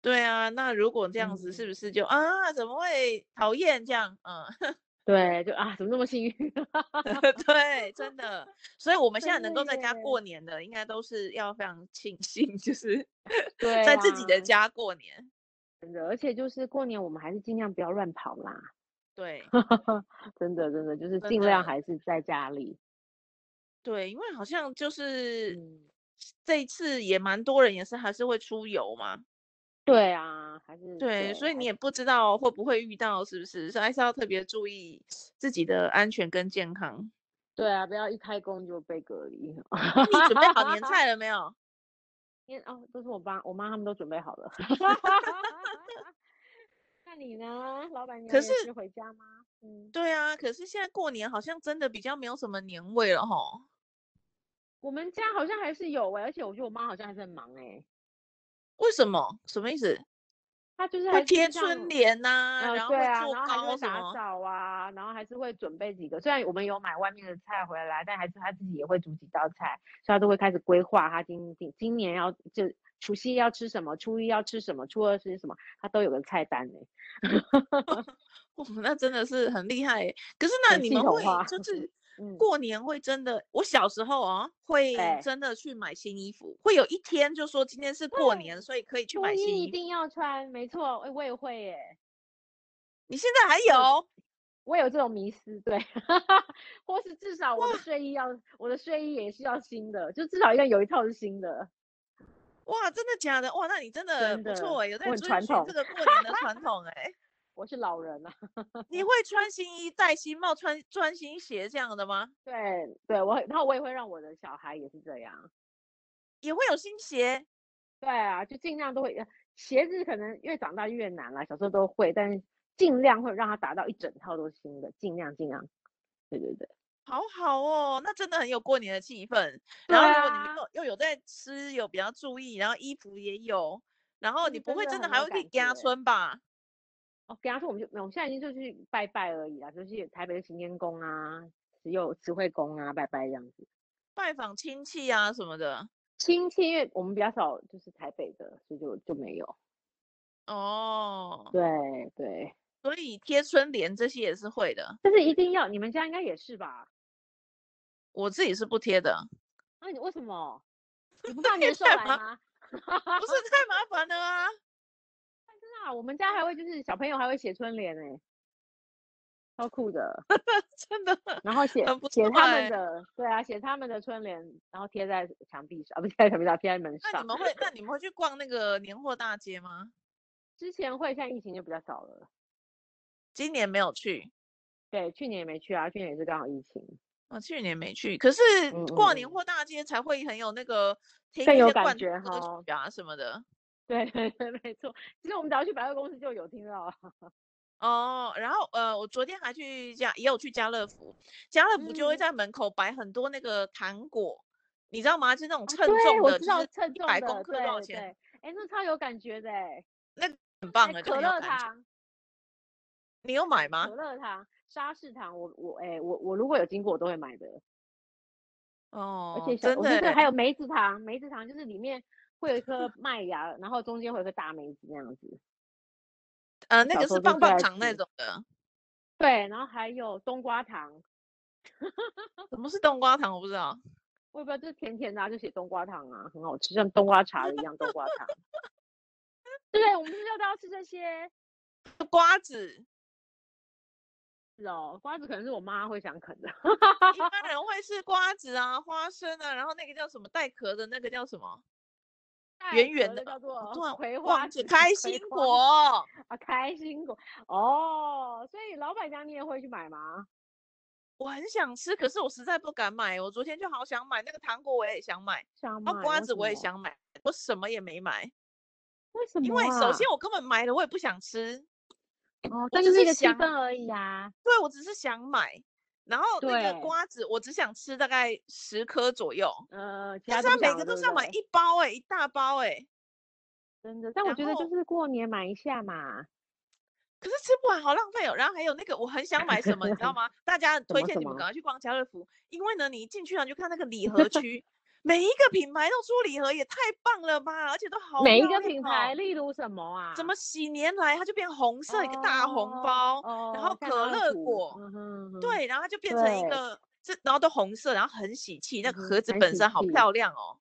[SPEAKER 2] 对啊，那如果这样子
[SPEAKER 1] 嗯，
[SPEAKER 2] 是不是就啊，怎么会讨厌这样？嗯，
[SPEAKER 1] 对，就啊，怎么那么幸运？
[SPEAKER 2] <laughs> 对，真的，所以我们现在
[SPEAKER 1] 真
[SPEAKER 2] 能
[SPEAKER 1] 的
[SPEAKER 2] 够在家
[SPEAKER 1] 耶，
[SPEAKER 2] 过年的，应该都是要非常庆幸， <laughs> 就是
[SPEAKER 1] 对
[SPEAKER 2] <laughs> 在自己的
[SPEAKER 1] 啊。
[SPEAKER 2] 家过年。
[SPEAKER 1] 真的，而且就是过年，我们还是尽量不要乱跑啦。 <laughs>
[SPEAKER 2] 对，
[SPEAKER 1] 真的，真的，就是
[SPEAKER 2] 真
[SPEAKER 1] 尽量
[SPEAKER 2] 的，
[SPEAKER 1] 还是在家里。
[SPEAKER 2] 对，因为好像就是
[SPEAKER 1] 嗯，
[SPEAKER 2] 这一次也蛮多人也是还是会出游嘛，
[SPEAKER 1] 对啊，还是
[SPEAKER 2] 对，
[SPEAKER 1] 对，
[SPEAKER 2] 所以
[SPEAKER 1] 还
[SPEAKER 2] 你
[SPEAKER 1] 是
[SPEAKER 2] 也不知道会不会遇到，是不是？所以还是要特别注意自己的安全跟健康。
[SPEAKER 1] 对啊，不要一开工就被隔离。 <laughs>
[SPEAKER 2] 那你准备好年菜了没有？
[SPEAKER 1] 因哦，都是我爸、我妈他们都准备好了。 <laughs> 那你呢？老板
[SPEAKER 2] 可
[SPEAKER 1] 娘
[SPEAKER 2] 是，
[SPEAKER 1] 也是回家吗？嗯，
[SPEAKER 2] 对啊，可是现在过年好像真的比较没有什么年味了吼。
[SPEAKER 1] 我们家好欸像还是有哎、而且我觉得我妈好像还是很忙哎、
[SPEAKER 2] 为什么？什么意思？
[SPEAKER 1] 他就是还
[SPEAKER 2] 会
[SPEAKER 1] 是
[SPEAKER 2] 贴
[SPEAKER 1] 像
[SPEAKER 2] 春联呐、
[SPEAKER 1] 呃
[SPEAKER 2] 然后
[SPEAKER 1] 对
[SPEAKER 2] 会
[SPEAKER 1] 啊，
[SPEAKER 2] 做
[SPEAKER 1] 然后还是
[SPEAKER 2] 糕
[SPEAKER 1] 会
[SPEAKER 2] 什
[SPEAKER 1] 打
[SPEAKER 2] 么，
[SPEAKER 1] 扫啊，然后还是会准备几个。虽然我们有买外面的菜回来，但还是他自己也会煮几道菜，所以他都会开始规划他今今今年要就除夕要吃什么，初一要吃什么，初二吃什么，他都有个菜单呢、
[SPEAKER 2] 哇，那真的是很厉害欸。可是那
[SPEAKER 1] 很
[SPEAKER 2] 你
[SPEAKER 1] 系
[SPEAKER 2] 们
[SPEAKER 1] 统
[SPEAKER 2] 会
[SPEAKER 1] 化
[SPEAKER 2] 就是
[SPEAKER 1] 嗯，
[SPEAKER 2] 过年会真的，我小时候啊会
[SPEAKER 1] 对
[SPEAKER 2] 真的去买新衣服，会有一天就说今天是过
[SPEAKER 1] 对
[SPEAKER 2] 年，所以可以去
[SPEAKER 1] 初
[SPEAKER 2] 买新
[SPEAKER 1] 一一
[SPEAKER 2] 衣服。
[SPEAKER 1] 定要穿，没错，哎，我也会耶、
[SPEAKER 2] 你现在还
[SPEAKER 1] 有
[SPEAKER 2] 有？
[SPEAKER 1] 我有这种迷思，对， <laughs> 或是至少我的睡衣要，我的睡衣也是要新的，就至少要有一套是新的。
[SPEAKER 2] 哇，真的假的？哇，那你真的
[SPEAKER 1] 真
[SPEAKER 2] 不
[SPEAKER 1] 的
[SPEAKER 2] 错哎、有
[SPEAKER 1] 我
[SPEAKER 2] 在
[SPEAKER 1] 很
[SPEAKER 2] 遵
[SPEAKER 1] 传
[SPEAKER 2] 循
[SPEAKER 1] 统
[SPEAKER 2] 这个过年的传统哎、
[SPEAKER 1] 我是老人啊， <laughs>
[SPEAKER 2] 你会穿新衣、戴新帽、穿穿新鞋这样的吗？
[SPEAKER 1] 对对，我然后我也会让我的小孩也是这样，
[SPEAKER 2] 也会有新鞋，
[SPEAKER 1] 对啊，就尽量都会，鞋子可能越长大越难啦，小时候都会，但是尽量会让他达到一整套都是新的，尽量尽量，对对对，
[SPEAKER 2] 好好哦，那真的很有过年的气氛。
[SPEAKER 1] 对
[SPEAKER 2] 然后如果你们
[SPEAKER 1] 啊
[SPEAKER 2] 又又有在吃，有比较注意，然后衣服也有，然后
[SPEAKER 1] 就
[SPEAKER 2] 你
[SPEAKER 1] 是嗯
[SPEAKER 2] 不
[SPEAKER 1] 真
[SPEAKER 2] 会
[SPEAKER 1] 的
[SPEAKER 2] 真的
[SPEAKER 1] 很
[SPEAKER 2] 还
[SPEAKER 1] 有
[SPEAKER 2] 会去
[SPEAKER 1] 感
[SPEAKER 2] 家
[SPEAKER 1] 觉
[SPEAKER 2] 村吧？
[SPEAKER 1] 哦，给他说我们就没有，我们现在已经就去拜拜而已啦，就是台北的行天宫啊，只有慈惠宫啊，拜拜这样子。
[SPEAKER 2] 拜访亲戚啊什么的。
[SPEAKER 1] 亲戚，因为我们比较少，就是台北的，所以就就没有。
[SPEAKER 2] 哦，
[SPEAKER 1] 对对，
[SPEAKER 2] 所以贴春联这些也是会的，
[SPEAKER 1] 但是一定要，你们家应该也是吧？
[SPEAKER 2] 我自己是不贴
[SPEAKER 1] <laughs>
[SPEAKER 2] 的，
[SPEAKER 1] 那、你为什么？你不怕年兽
[SPEAKER 2] 干
[SPEAKER 1] 来
[SPEAKER 2] 嘛
[SPEAKER 1] 吗？
[SPEAKER 2] 不是太麻烦
[SPEAKER 1] <laughs>
[SPEAKER 2] 了啊。
[SPEAKER 1] 那啊我们家还会就是小朋友还会写春联呢、欸超酷的。
[SPEAKER 2] 真 <laughs> 的
[SPEAKER 1] 然后写
[SPEAKER 2] 很不
[SPEAKER 1] 写
[SPEAKER 2] 错
[SPEAKER 1] 他们
[SPEAKER 2] 欸
[SPEAKER 1] 的，对啊，写他们的春联，然后贴在墙壁上，啊，不 <laughs> 是贴在墙壁上，贴在门
[SPEAKER 2] 那
[SPEAKER 1] 上
[SPEAKER 2] 你。们会，那你们会去逛那个年货大街吗？
[SPEAKER 1] 之前会，现在疫情就比较少了。
[SPEAKER 2] 今年没有去，
[SPEAKER 1] 对，去年也没去啊，去年也是刚好疫情，
[SPEAKER 2] 我哦去年没去。可是
[SPEAKER 1] 嗯
[SPEAKER 2] 逛
[SPEAKER 1] 嗯
[SPEAKER 2] 年
[SPEAKER 1] 嗯
[SPEAKER 2] 货大街才会很有那个听
[SPEAKER 1] 更
[SPEAKER 2] 一
[SPEAKER 1] 有
[SPEAKER 2] 些
[SPEAKER 1] 感
[SPEAKER 2] 罐头
[SPEAKER 1] 觉
[SPEAKER 2] 歌
[SPEAKER 1] 哈
[SPEAKER 2] 曲啊什么的。
[SPEAKER 1] 对 <laughs> 对对，没错。其实我们只要去百货公司就有听到啊，
[SPEAKER 2] 哦，然后呃，我昨天还去家，也有去家乐福，家乐福就会
[SPEAKER 1] 嗯
[SPEAKER 2] 在门口摆很多那个糖果，你知道吗？就那种称
[SPEAKER 1] 哦对
[SPEAKER 2] 重
[SPEAKER 1] 我
[SPEAKER 2] 的，
[SPEAKER 1] 知
[SPEAKER 2] 就
[SPEAKER 1] 道
[SPEAKER 2] 是
[SPEAKER 1] 称
[SPEAKER 2] 一
[SPEAKER 1] 重
[SPEAKER 2] 百
[SPEAKER 1] 的，
[SPEAKER 2] 公克多少
[SPEAKER 1] 对对。
[SPEAKER 2] 钱，
[SPEAKER 1] 哎，那超有感觉的哎，
[SPEAKER 2] 很
[SPEAKER 1] 还
[SPEAKER 2] 棒的，就
[SPEAKER 1] 可
[SPEAKER 2] 很有
[SPEAKER 1] 乐
[SPEAKER 2] 感觉。啊
[SPEAKER 1] 糖，
[SPEAKER 2] 你有买吗
[SPEAKER 1] 可？乐糖、沙士糖，我我哎我我如果有经过我都会买的，而
[SPEAKER 2] 哦
[SPEAKER 1] 且，小
[SPEAKER 2] 真
[SPEAKER 1] 我
[SPEAKER 2] 的
[SPEAKER 1] 觉得还
[SPEAKER 2] 欸
[SPEAKER 1] 有梅子糖，梅子糖就是里面会有一颗麦芽，然后中间会有一颗大梅子那样子，
[SPEAKER 2] 呃，那
[SPEAKER 1] 小
[SPEAKER 2] 个
[SPEAKER 1] 时
[SPEAKER 2] 是
[SPEAKER 1] 候就
[SPEAKER 2] 棒
[SPEAKER 1] 最
[SPEAKER 2] 棒
[SPEAKER 1] 爱
[SPEAKER 2] 糖那
[SPEAKER 1] 吃
[SPEAKER 2] 种的，
[SPEAKER 1] 对，然后还有冬瓜糖，
[SPEAKER 2] 什么是冬瓜糖？我不知道。
[SPEAKER 1] 我也不知道，就是甜甜的、啊，就写冬瓜糖啊，很好吃，像冬瓜茶一样冬瓜
[SPEAKER 2] <laughs>
[SPEAKER 1] 糖。对，我们就是要都要吃这些。
[SPEAKER 2] 瓜
[SPEAKER 1] <laughs>
[SPEAKER 2] 子，
[SPEAKER 1] 是哦，瓜子可能是我妈会想啃的。 <laughs>
[SPEAKER 2] 一般人会是瓜子啊、花生啊，然后那个叫什么带壳的那个叫什么？
[SPEAKER 1] 带
[SPEAKER 2] 圆圆
[SPEAKER 1] 壳
[SPEAKER 2] 的
[SPEAKER 1] 叫
[SPEAKER 2] 我
[SPEAKER 1] 做
[SPEAKER 2] 突然
[SPEAKER 1] 哦葵花
[SPEAKER 2] 忘记
[SPEAKER 1] 籽，
[SPEAKER 2] 开
[SPEAKER 1] 葵
[SPEAKER 2] 心
[SPEAKER 1] 花
[SPEAKER 2] 果。
[SPEAKER 1] 啊，开心果哦。所以老板娘你也会去买吗？
[SPEAKER 2] 我很想吃，可是我实在不敢买。我昨天就好想买那个糖果，我也想买，
[SPEAKER 1] 想
[SPEAKER 2] 然
[SPEAKER 1] 买？
[SPEAKER 2] 后啊瓜
[SPEAKER 1] 为
[SPEAKER 2] 子
[SPEAKER 1] 什
[SPEAKER 2] 我也
[SPEAKER 1] 么
[SPEAKER 2] 想买，我什么也没买，
[SPEAKER 1] 为什
[SPEAKER 2] 因
[SPEAKER 1] 么
[SPEAKER 2] 为首
[SPEAKER 1] 啊？
[SPEAKER 2] 先我根本买了我也不想吃，
[SPEAKER 1] 哦，
[SPEAKER 2] 我
[SPEAKER 1] 但
[SPEAKER 2] 只
[SPEAKER 1] 就是
[SPEAKER 2] 是
[SPEAKER 1] 一个气
[SPEAKER 2] 想
[SPEAKER 1] 氛而已啊。
[SPEAKER 2] 对我只是想买。然后那个
[SPEAKER 1] 对
[SPEAKER 2] 瓜子我只想吃大概十颗左右，
[SPEAKER 1] 呃，其
[SPEAKER 2] 但
[SPEAKER 1] 他
[SPEAKER 2] 是
[SPEAKER 1] 都
[SPEAKER 2] 它
[SPEAKER 1] 不
[SPEAKER 2] 每
[SPEAKER 1] 想
[SPEAKER 2] 个
[SPEAKER 1] 了，
[SPEAKER 2] 都
[SPEAKER 1] 对
[SPEAKER 2] 是
[SPEAKER 1] 不
[SPEAKER 2] 要买
[SPEAKER 1] 对？
[SPEAKER 2] 一包哎、一大包哎、
[SPEAKER 1] 真的，但我
[SPEAKER 2] 然
[SPEAKER 1] 觉得就
[SPEAKER 2] 后
[SPEAKER 1] 是过年买一下嘛。
[SPEAKER 2] 可是吃不完好浪费哦。然后还有那个，我很想买什么，你
[SPEAKER 1] <laughs>
[SPEAKER 2] 知道吗？大家很
[SPEAKER 1] 什
[SPEAKER 2] 推
[SPEAKER 1] 么
[SPEAKER 2] 荐
[SPEAKER 1] 什
[SPEAKER 2] 你们
[SPEAKER 1] 么？
[SPEAKER 2] 赶快去逛家乐福，因为呢，你一进去啊，你就看那个礼
[SPEAKER 1] <laughs>
[SPEAKER 2] 盒区，每一个品牌都出礼盒，也太棒了吧！而且都好
[SPEAKER 1] 每一
[SPEAKER 2] 漂
[SPEAKER 1] 个
[SPEAKER 2] 亮
[SPEAKER 1] 品牌，
[SPEAKER 2] 哦。
[SPEAKER 1] 例如什么啊？
[SPEAKER 2] 怎么喜年来它就变红色一个大红
[SPEAKER 1] 哦
[SPEAKER 2] 包，然后
[SPEAKER 1] 哦，像
[SPEAKER 2] 可
[SPEAKER 1] 家乐
[SPEAKER 2] 乐
[SPEAKER 1] 福，
[SPEAKER 2] 果，
[SPEAKER 1] 嗯哼哼，
[SPEAKER 2] 对，然后它就变成一
[SPEAKER 1] 对
[SPEAKER 2] 个这，然后都红色，然后很喜气，那
[SPEAKER 1] 嗯
[SPEAKER 2] 个
[SPEAKER 1] 哼
[SPEAKER 2] 盒子
[SPEAKER 1] 很
[SPEAKER 2] 本
[SPEAKER 1] 喜
[SPEAKER 2] 身好
[SPEAKER 1] 气，
[SPEAKER 2] 漂亮哦。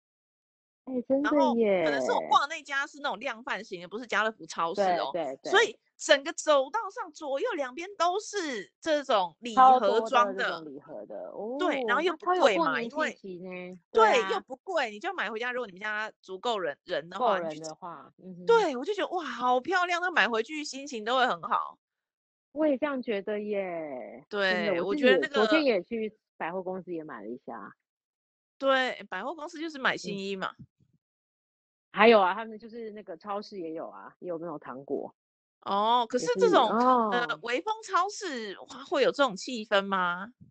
[SPEAKER 1] 哎、真
[SPEAKER 2] 然
[SPEAKER 1] 的
[SPEAKER 2] 后可能是我
[SPEAKER 1] 耶，
[SPEAKER 2] 逛的那家是那种量贩型的，不是家乐福超市
[SPEAKER 1] 对
[SPEAKER 2] 哦，
[SPEAKER 1] 对
[SPEAKER 2] 所
[SPEAKER 1] 对，
[SPEAKER 2] 以整个走道上左右两边都是这种礼
[SPEAKER 1] 超
[SPEAKER 2] 盒
[SPEAKER 1] 多
[SPEAKER 2] 装
[SPEAKER 1] 的这种
[SPEAKER 2] 的，
[SPEAKER 1] 礼盒的
[SPEAKER 2] 对，然后
[SPEAKER 1] 哦，
[SPEAKER 2] 又
[SPEAKER 1] 那
[SPEAKER 2] 不
[SPEAKER 1] 超有
[SPEAKER 2] 贵
[SPEAKER 1] 过
[SPEAKER 2] 嘛，
[SPEAKER 1] 年
[SPEAKER 2] 因
[SPEAKER 1] 气
[SPEAKER 2] 为
[SPEAKER 1] 息呢。对
[SPEAKER 2] 对又
[SPEAKER 1] 啊，
[SPEAKER 2] 不贵，你就买回家。如果你们家足够人人的
[SPEAKER 1] 够
[SPEAKER 2] 话，你去
[SPEAKER 1] 人
[SPEAKER 2] 吃，
[SPEAKER 1] 的话，嗯哼，
[SPEAKER 2] 对我就觉得哇，好漂亮，那买回去心情都会很好。
[SPEAKER 1] 我也这样觉得耶，真的，
[SPEAKER 2] 对，
[SPEAKER 1] 我
[SPEAKER 2] 我
[SPEAKER 1] 自己
[SPEAKER 2] 觉
[SPEAKER 1] 也
[SPEAKER 2] 得那
[SPEAKER 1] 昨天
[SPEAKER 2] 个
[SPEAKER 1] 也去百货公司也买了一下，
[SPEAKER 2] 对百货公司就是买新
[SPEAKER 1] 嗯，
[SPEAKER 2] 衣嘛。
[SPEAKER 1] 还有啊，他们就是那个超市也有啊，也有那种糖果，
[SPEAKER 2] 哦，可
[SPEAKER 1] 也
[SPEAKER 2] 是
[SPEAKER 1] 是
[SPEAKER 2] 这种呃
[SPEAKER 1] 哦，
[SPEAKER 2] 微风超市哇会有这种气氛吗？
[SPEAKER 1] 欸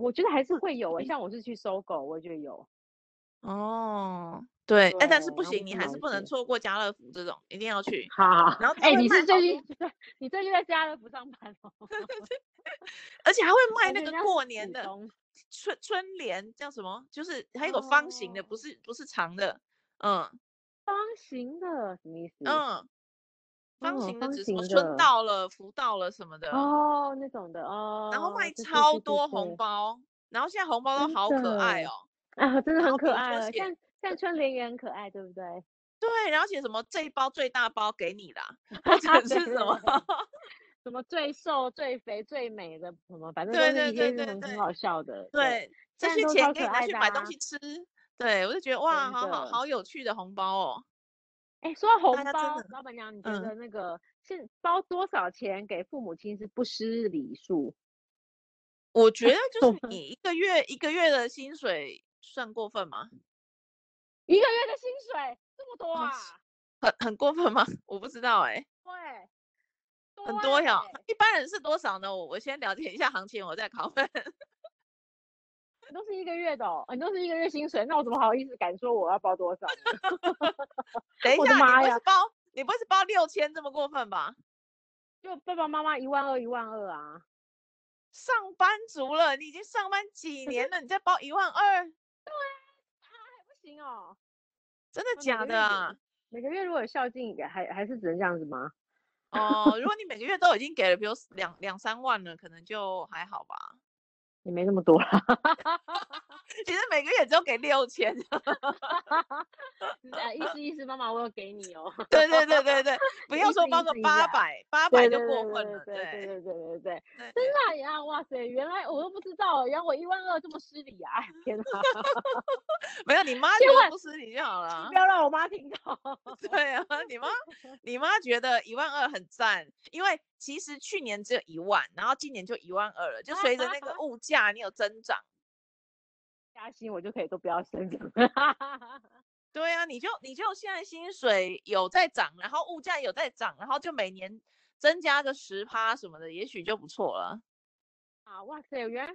[SPEAKER 1] 我觉得还是会有诶、像我是去搜狗，我觉得有，
[SPEAKER 2] 哦，对，哎，但是
[SPEAKER 1] 对
[SPEAKER 2] 不
[SPEAKER 1] 然后
[SPEAKER 2] 行，
[SPEAKER 1] 不
[SPEAKER 2] 你
[SPEAKER 1] 去
[SPEAKER 2] 还
[SPEAKER 1] 了
[SPEAKER 2] 是不能
[SPEAKER 1] 解
[SPEAKER 2] 错过家乐福这种，一定要去。
[SPEAKER 1] 好，
[SPEAKER 2] 然后他
[SPEAKER 1] 哎、
[SPEAKER 2] 会
[SPEAKER 1] 你
[SPEAKER 2] 卖
[SPEAKER 1] 是最
[SPEAKER 2] 好
[SPEAKER 1] 近你最近在家乐福上班哦？
[SPEAKER 2] 而且还会卖
[SPEAKER 1] 感
[SPEAKER 2] 那
[SPEAKER 1] 觉人
[SPEAKER 2] 个
[SPEAKER 1] 家
[SPEAKER 2] 过
[SPEAKER 1] 死
[SPEAKER 2] 年的
[SPEAKER 1] 东西
[SPEAKER 2] 春春联，叫什么？就是还有个方形的，不
[SPEAKER 1] 哦
[SPEAKER 2] 是不是长的，嗯
[SPEAKER 1] 方形的什么意思？
[SPEAKER 2] 嗯，方
[SPEAKER 1] 哦
[SPEAKER 2] 形的
[SPEAKER 1] 方
[SPEAKER 2] 指什么
[SPEAKER 1] 形
[SPEAKER 2] 春
[SPEAKER 1] 的
[SPEAKER 2] 到了、福到了什么的，
[SPEAKER 1] 哦，那种的哦，
[SPEAKER 2] 然后卖
[SPEAKER 1] 对对
[SPEAKER 2] 超
[SPEAKER 1] 对对
[SPEAKER 2] 多红
[SPEAKER 1] 对
[SPEAKER 2] 包，然后现在红包都
[SPEAKER 1] 真
[SPEAKER 2] 好可爱
[SPEAKER 1] 的
[SPEAKER 2] 哦，
[SPEAKER 1] 啊，真的
[SPEAKER 2] 然
[SPEAKER 1] 很
[SPEAKER 2] 后比
[SPEAKER 1] 可
[SPEAKER 2] 如说
[SPEAKER 1] 爱了，
[SPEAKER 2] 写
[SPEAKER 1] 像像春联也很可爱，对不对？
[SPEAKER 2] 对，然后写什么这一包最大包给你
[SPEAKER 1] <laughs>
[SPEAKER 2] 啦， <laughs> 或者
[SPEAKER 1] 对
[SPEAKER 2] 是什么？
[SPEAKER 1] 什么最瘦、最肥、最美的什么，反正
[SPEAKER 2] 对
[SPEAKER 1] 都是
[SPEAKER 2] 对
[SPEAKER 1] 一
[SPEAKER 2] 对
[SPEAKER 1] 些
[SPEAKER 2] 对
[SPEAKER 1] 很
[SPEAKER 2] 对
[SPEAKER 1] 很好笑的。，
[SPEAKER 2] 对，这
[SPEAKER 1] 现在
[SPEAKER 2] 些
[SPEAKER 1] 都
[SPEAKER 2] 钱
[SPEAKER 1] 超
[SPEAKER 2] 给
[SPEAKER 1] 可
[SPEAKER 2] 你拿
[SPEAKER 1] 爱
[SPEAKER 2] 去
[SPEAKER 1] 的
[SPEAKER 2] 买东
[SPEAKER 1] 啊
[SPEAKER 2] 西吃，对我就觉得哇，
[SPEAKER 1] 真
[SPEAKER 2] 好好
[SPEAKER 1] 的
[SPEAKER 2] 好有趣的红包哦。
[SPEAKER 1] 哎，说到
[SPEAKER 2] 大
[SPEAKER 1] 红
[SPEAKER 2] 家真
[SPEAKER 1] 包
[SPEAKER 2] 的，
[SPEAKER 1] 老板娘，你觉
[SPEAKER 2] 嗯
[SPEAKER 1] 得那个现包多少钱给父母亲是不失礼数？
[SPEAKER 2] 我觉得就
[SPEAKER 1] 我
[SPEAKER 2] 是
[SPEAKER 1] 们
[SPEAKER 2] 你一个月一个月的薪水算过分吗？
[SPEAKER 1] 一个月的薪水这么多
[SPEAKER 2] 哦
[SPEAKER 1] 啊？
[SPEAKER 2] 很很过分吗？ <laughs> 我不知道哎、
[SPEAKER 1] 对，多
[SPEAKER 2] 很多呀
[SPEAKER 1] 哎。
[SPEAKER 2] <laughs> 一般人是多少呢？我我先了解一下行情，我再拷问。
[SPEAKER 1] 你都是一个月的哦，你都是一个月薪水，那我怎么好意思敢说我要包多少呢？
[SPEAKER 2] 等一
[SPEAKER 1] 我的
[SPEAKER 2] 下，你
[SPEAKER 1] 妈
[SPEAKER 2] 不会
[SPEAKER 1] 呀
[SPEAKER 2] 是包你不会是包六千这么过分吧？
[SPEAKER 1] 就爸爸妈妈一万二一万二啊，
[SPEAKER 2] 上班族了，你已经上班几
[SPEAKER 1] 可是
[SPEAKER 2] 年了，你再包一万二，
[SPEAKER 1] 还不行哦。
[SPEAKER 2] 真的
[SPEAKER 1] 那每
[SPEAKER 2] 假
[SPEAKER 1] 个
[SPEAKER 2] 的
[SPEAKER 1] 月有
[SPEAKER 2] 啊？
[SPEAKER 1] 每个月如果有孝敬，也还还是只能这样子吗？
[SPEAKER 2] 哦，如果你每个月都已经给了，比如两两三万了，可能就还好吧。
[SPEAKER 1] 也没那么多啦。
[SPEAKER 2] 其实每个月只有给
[SPEAKER 1] <laughs>
[SPEAKER 2] 六千，
[SPEAKER 1] 呃，意思意思，妈妈，我有给你哦。
[SPEAKER 2] <laughs>
[SPEAKER 1] <laughs>
[SPEAKER 2] 对对对对对，不
[SPEAKER 1] 意
[SPEAKER 2] 要
[SPEAKER 1] 思
[SPEAKER 2] 说
[SPEAKER 1] 意
[SPEAKER 2] 包个
[SPEAKER 1] 思一
[SPEAKER 2] 八
[SPEAKER 1] 下
[SPEAKER 2] 百，八百
[SPEAKER 1] 对
[SPEAKER 2] 就
[SPEAKER 1] 对
[SPEAKER 2] 过
[SPEAKER 1] 对
[SPEAKER 2] 分了，
[SPEAKER 1] 对对
[SPEAKER 2] 对
[SPEAKER 1] 对对对对对，
[SPEAKER 2] 对
[SPEAKER 1] 真的呀！哇塞，原来我都不知道，哎原来我一万二这么失礼啊！哎天哪， <laughs>
[SPEAKER 2] 没有你妈觉
[SPEAKER 1] 千
[SPEAKER 2] 得
[SPEAKER 1] 万
[SPEAKER 2] 不失礼就好了
[SPEAKER 1] 不。要让我妈听到。
[SPEAKER 2] <laughs> 对啊，你妈，你妈觉得一万二很赞，因为其实去年只有一万，然后今年就一万二了，就随着
[SPEAKER 1] <laughs>
[SPEAKER 2] 那个物价你有增长。
[SPEAKER 1] 加薪我就可以都不要生了。 <laughs>
[SPEAKER 2] 对啊，你就你就现在薪水有在涨，然后物价有在涨，然后就每年增加个十趴什么的，也许就不错了。
[SPEAKER 1] 啊，哇塞，原来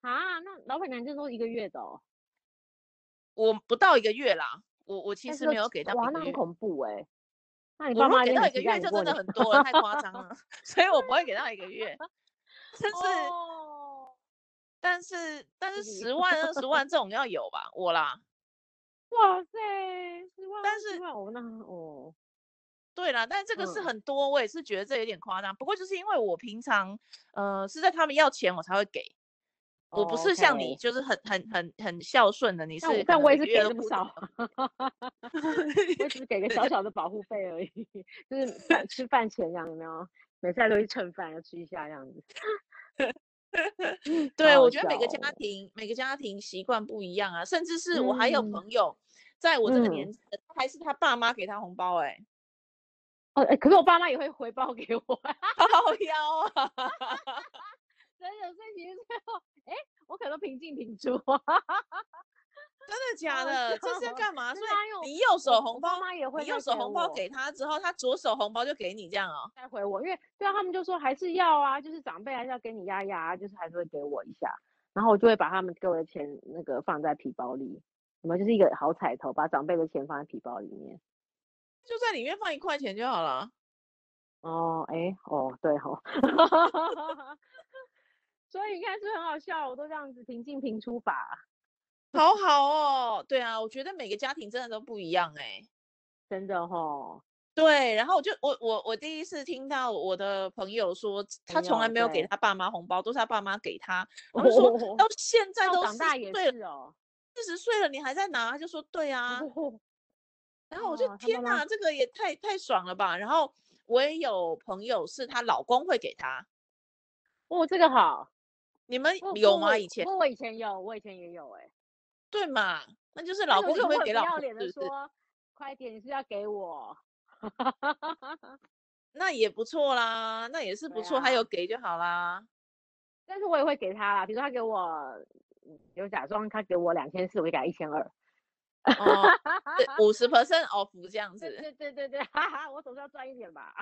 [SPEAKER 1] 啊，那老板娘这都一个月的哦，
[SPEAKER 2] 我不到一个月啦，我我其
[SPEAKER 1] 但
[SPEAKER 2] 实
[SPEAKER 1] 是
[SPEAKER 2] 没
[SPEAKER 1] 都
[SPEAKER 2] 有给到
[SPEAKER 1] 哇，
[SPEAKER 2] 一个
[SPEAKER 1] 那很
[SPEAKER 2] 月，
[SPEAKER 1] 恐怖哎、那你爸
[SPEAKER 2] 我如果
[SPEAKER 1] 妈
[SPEAKER 2] 给
[SPEAKER 1] 一定
[SPEAKER 2] 到一
[SPEAKER 1] 很
[SPEAKER 2] 个
[SPEAKER 1] 期
[SPEAKER 2] 月
[SPEAKER 1] 待你
[SPEAKER 2] 就
[SPEAKER 1] 过
[SPEAKER 2] 真的
[SPEAKER 1] 年
[SPEAKER 2] 很多了，太夸
[SPEAKER 1] <laughs>
[SPEAKER 2] 张了， <laughs> 所以我不会给到一个月。但是
[SPEAKER 1] 哦。
[SPEAKER 2] 但是
[SPEAKER 1] <laughs>
[SPEAKER 2] 但是
[SPEAKER 1] 自己
[SPEAKER 2] 十万二十万这种要有吧，我啦，
[SPEAKER 1] 哇塞，十万
[SPEAKER 2] 但
[SPEAKER 1] 二十
[SPEAKER 2] 是
[SPEAKER 1] 万，我那哦，
[SPEAKER 2] 对啦，但这个是
[SPEAKER 1] 嗯
[SPEAKER 2] 很多，我也是觉得这有点夸张。不过就是因为我平常呃是在他们要钱我才会给，我不
[SPEAKER 1] 哦
[SPEAKER 2] 是像你
[SPEAKER 1] ，OK，
[SPEAKER 2] 就是很很很很孝顺的，你
[SPEAKER 1] 但我
[SPEAKER 2] 是可
[SPEAKER 1] 但
[SPEAKER 2] 能
[SPEAKER 1] 我也
[SPEAKER 2] 每
[SPEAKER 1] 是
[SPEAKER 2] 个
[SPEAKER 1] 给
[SPEAKER 2] 月都
[SPEAKER 1] 那么
[SPEAKER 2] 固定
[SPEAKER 1] <laughs> 少，我也只是给个
[SPEAKER 2] 对
[SPEAKER 1] 小小的保护费而已，就是饭吃饭前这样，有没有？每次都去蹭饭要吃一下这样子，好
[SPEAKER 2] <laughs> 对，
[SPEAKER 1] 好
[SPEAKER 2] 我觉得
[SPEAKER 1] 笑
[SPEAKER 2] 每个家
[SPEAKER 1] 哦。
[SPEAKER 2] 庭每个家庭习惯不一样啊，甚至是我还有
[SPEAKER 1] 嗯
[SPEAKER 2] 朋友，在我这个年
[SPEAKER 1] 嗯，
[SPEAKER 2] 纪的，还是他爸妈给他红包、
[SPEAKER 1] <laughs>
[SPEAKER 2] 欸，哎，
[SPEAKER 1] 哦，哎，可是我爸妈也会回报给我， <laughs>
[SPEAKER 2] 好妖啊！ <laughs>
[SPEAKER 1] 真的，所以其实最后，哎，我可能平进平出啊，
[SPEAKER 2] 真的
[SPEAKER 1] 好
[SPEAKER 2] 假
[SPEAKER 1] 好笑
[SPEAKER 2] 的？这是要
[SPEAKER 1] 哦，
[SPEAKER 2] 干嘛？
[SPEAKER 1] 真
[SPEAKER 2] 所
[SPEAKER 1] 的
[SPEAKER 2] 以
[SPEAKER 1] 啊，因为我
[SPEAKER 2] 你右手
[SPEAKER 1] <laughs> 我
[SPEAKER 2] 红
[SPEAKER 1] 我
[SPEAKER 2] 包，
[SPEAKER 1] 爸妈也会
[SPEAKER 2] 你右
[SPEAKER 1] 再
[SPEAKER 2] 手
[SPEAKER 1] 给
[SPEAKER 2] 红包
[SPEAKER 1] 我。
[SPEAKER 2] 给他之后，他左手红包就给你这样哦。
[SPEAKER 1] 再回我，因为对啊，他们就说还是要啊，就是长辈还是要给你压压啊，就是还是会给我一下，然后我就会把他们给我的钱那个放在皮包里，我们就是一个好彩头，把长辈的钱放在皮包里面。
[SPEAKER 2] 就在里面放一块钱就好了。
[SPEAKER 1] 哦，哎，哦，对哦， <laughs> 所以你看是不是很好笑，我都这样子平进平出法，
[SPEAKER 2] 好好哦，对啊，我觉得每个家庭真的都不一样哎、
[SPEAKER 1] 真的哦，
[SPEAKER 2] 对，然后我就我我我第一次听到我的朋友说，他
[SPEAKER 1] 朋
[SPEAKER 2] 从来
[SPEAKER 1] 友
[SPEAKER 2] 没有给
[SPEAKER 1] 对，
[SPEAKER 2] 他爸妈红包，都是他爸妈给他。我就 <laughs> 说
[SPEAKER 1] 哦，
[SPEAKER 2] 到现在
[SPEAKER 1] 到
[SPEAKER 2] 都
[SPEAKER 1] 长
[SPEAKER 2] 四
[SPEAKER 1] 大
[SPEAKER 2] 十
[SPEAKER 1] 也
[SPEAKER 2] 岁了，
[SPEAKER 1] 是哦，
[SPEAKER 2] 四十岁了你还在拿，他就说对啊。
[SPEAKER 1] 哦，
[SPEAKER 2] 然后我就
[SPEAKER 1] 哇，他
[SPEAKER 2] 天
[SPEAKER 1] 妈妈
[SPEAKER 2] 呐，这个也太太爽了吧！然后我也有朋友是她老公会给她，
[SPEAKER 1] <laughs> 哦，这个
[SPEAKER 2] <laughs>
[SPEAKER 1] 好，
[SPEAKER 2] 你们
[SPEAKER 1] 不
[SPEAKER 2] 有
[SPEAKER 1] 不哦我
[SPEAKER 2] 吗？以
[SPEAKER 1] 不
[SPEAKER 2] 前
[SPEAKER 1] 过我以前有，我以前也有哎、
[SPEAKER 2] 对嘛？那就是
[SPEAKER 1] 但
[SPEAKER 2] 老
[SPEAKER 1] 是我
[SPEAKER 2] 公也
[SPEAKER 1] 就
[SPEAKER 2] 会
[SPEAKER 1] 会
[SPEAKER 2] 给
[SPEAKER 1] 不
[SPEAKER 2] 老
[SPEAKER 1] 要
[SPEAKER 2] 婆，
[SPEAKER 1] 脸
[SPEAKER 2] 是
[SPEAKER 1] 的
[SPEAKER 2] 不是？
[SPEAKER 1] 说：“快点，你是要给我？”
[SPEAKER 2] 那也不错啦，那也是不
[SPEAKER 1] 对
[SPEAKER 2] 错，他有
[SPEAKER 1] 啊，
[SPEAKER 2] 给就好啦。
[SPEAKER 1] 但是我也会给他啦。比如说他给我，嗯有假装他给我两千四，我就给他一千二。
[SPEAKER 2] 哦，
[SPEAKER 1] <laughs>
[SPEAKER 2] 对，五十 percent off 这样
[SPEAKER 1] 对
[SPEAKER 2] 子。 <laughs>
[SPEAKER 1] 对对对对，哈哈，我总是要赚一点吧，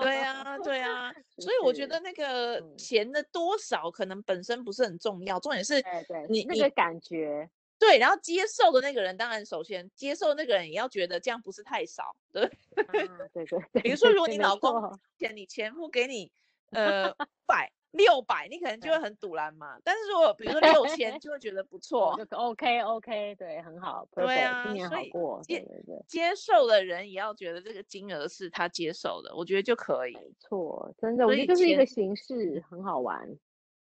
[SPEAKER 2] 对啊，对啊，
[SPEAKER 1] <laughs> 是不
[SPEAKER 2] 所以我觉
[SPEAKER 1] 是？
[SPEAKER 2] 得那个
[SPEAKER 1] 嗯，
[SPEAKER 2] 钱的多少可能本身不是很重要，重点是
[SPEAKER 1] 对对，
[SPEAKER 2] 你
[SPEAKER 1] 那
[SPEAKER 2] 你 <laughs>
[SPEAKER 1] 个感觉，
[SPEAKER 2] 对，然后接受的那个人，当然首先接受那个人也要觉得这样不是太少，对不对？
[SPEAKER 1] 啊对对对。
[SPEAKER 2] 比如说，如果
[SPEAKER 1] 对
[SPEAKER 2] 你
[SPEAKER 1] 没
[SPEAKER 2] 老公
[SPEAKER 1] 错
[SPEAKER 2] 钱，你前夫给你呃百六百，你可能就会很堵然嘛。但是如果比如说六千，就会觉得不
[SPEAKER 1] 我 <laughs>
[SPEAKER 2] 错。
[SPEAKER 1] 就 OK OK，对，很好
[SPEAKER 2] 对
[SPEAKER 1] perfect，
[SPEAKER 2] 啊
[SPEAKER 1] 今年
[SPEAKER 2] 所
[SPEAKER 1] 好
[SPEAKER 2] 以
[SPEAKER 1] 过，
[SPEAKER 2] 今
[SPEAKER 1] 对对对，
[SPEAKER 2] 接受的人也要觉得这个金额是他接受的，我觉得就可以。
[SPEAKER 1] 没错，真的，我
[SPEAKER 2] 所
[SPEAKER 1] 觉得
[SPEAKER 2] 以
[SPEAKER 1] 就是一个
[SPEAKER 2] 钱
[SPEAKER 1] 形
[SPEAKER 2] 嗯
[SPEAKER 1] 式，很好玩。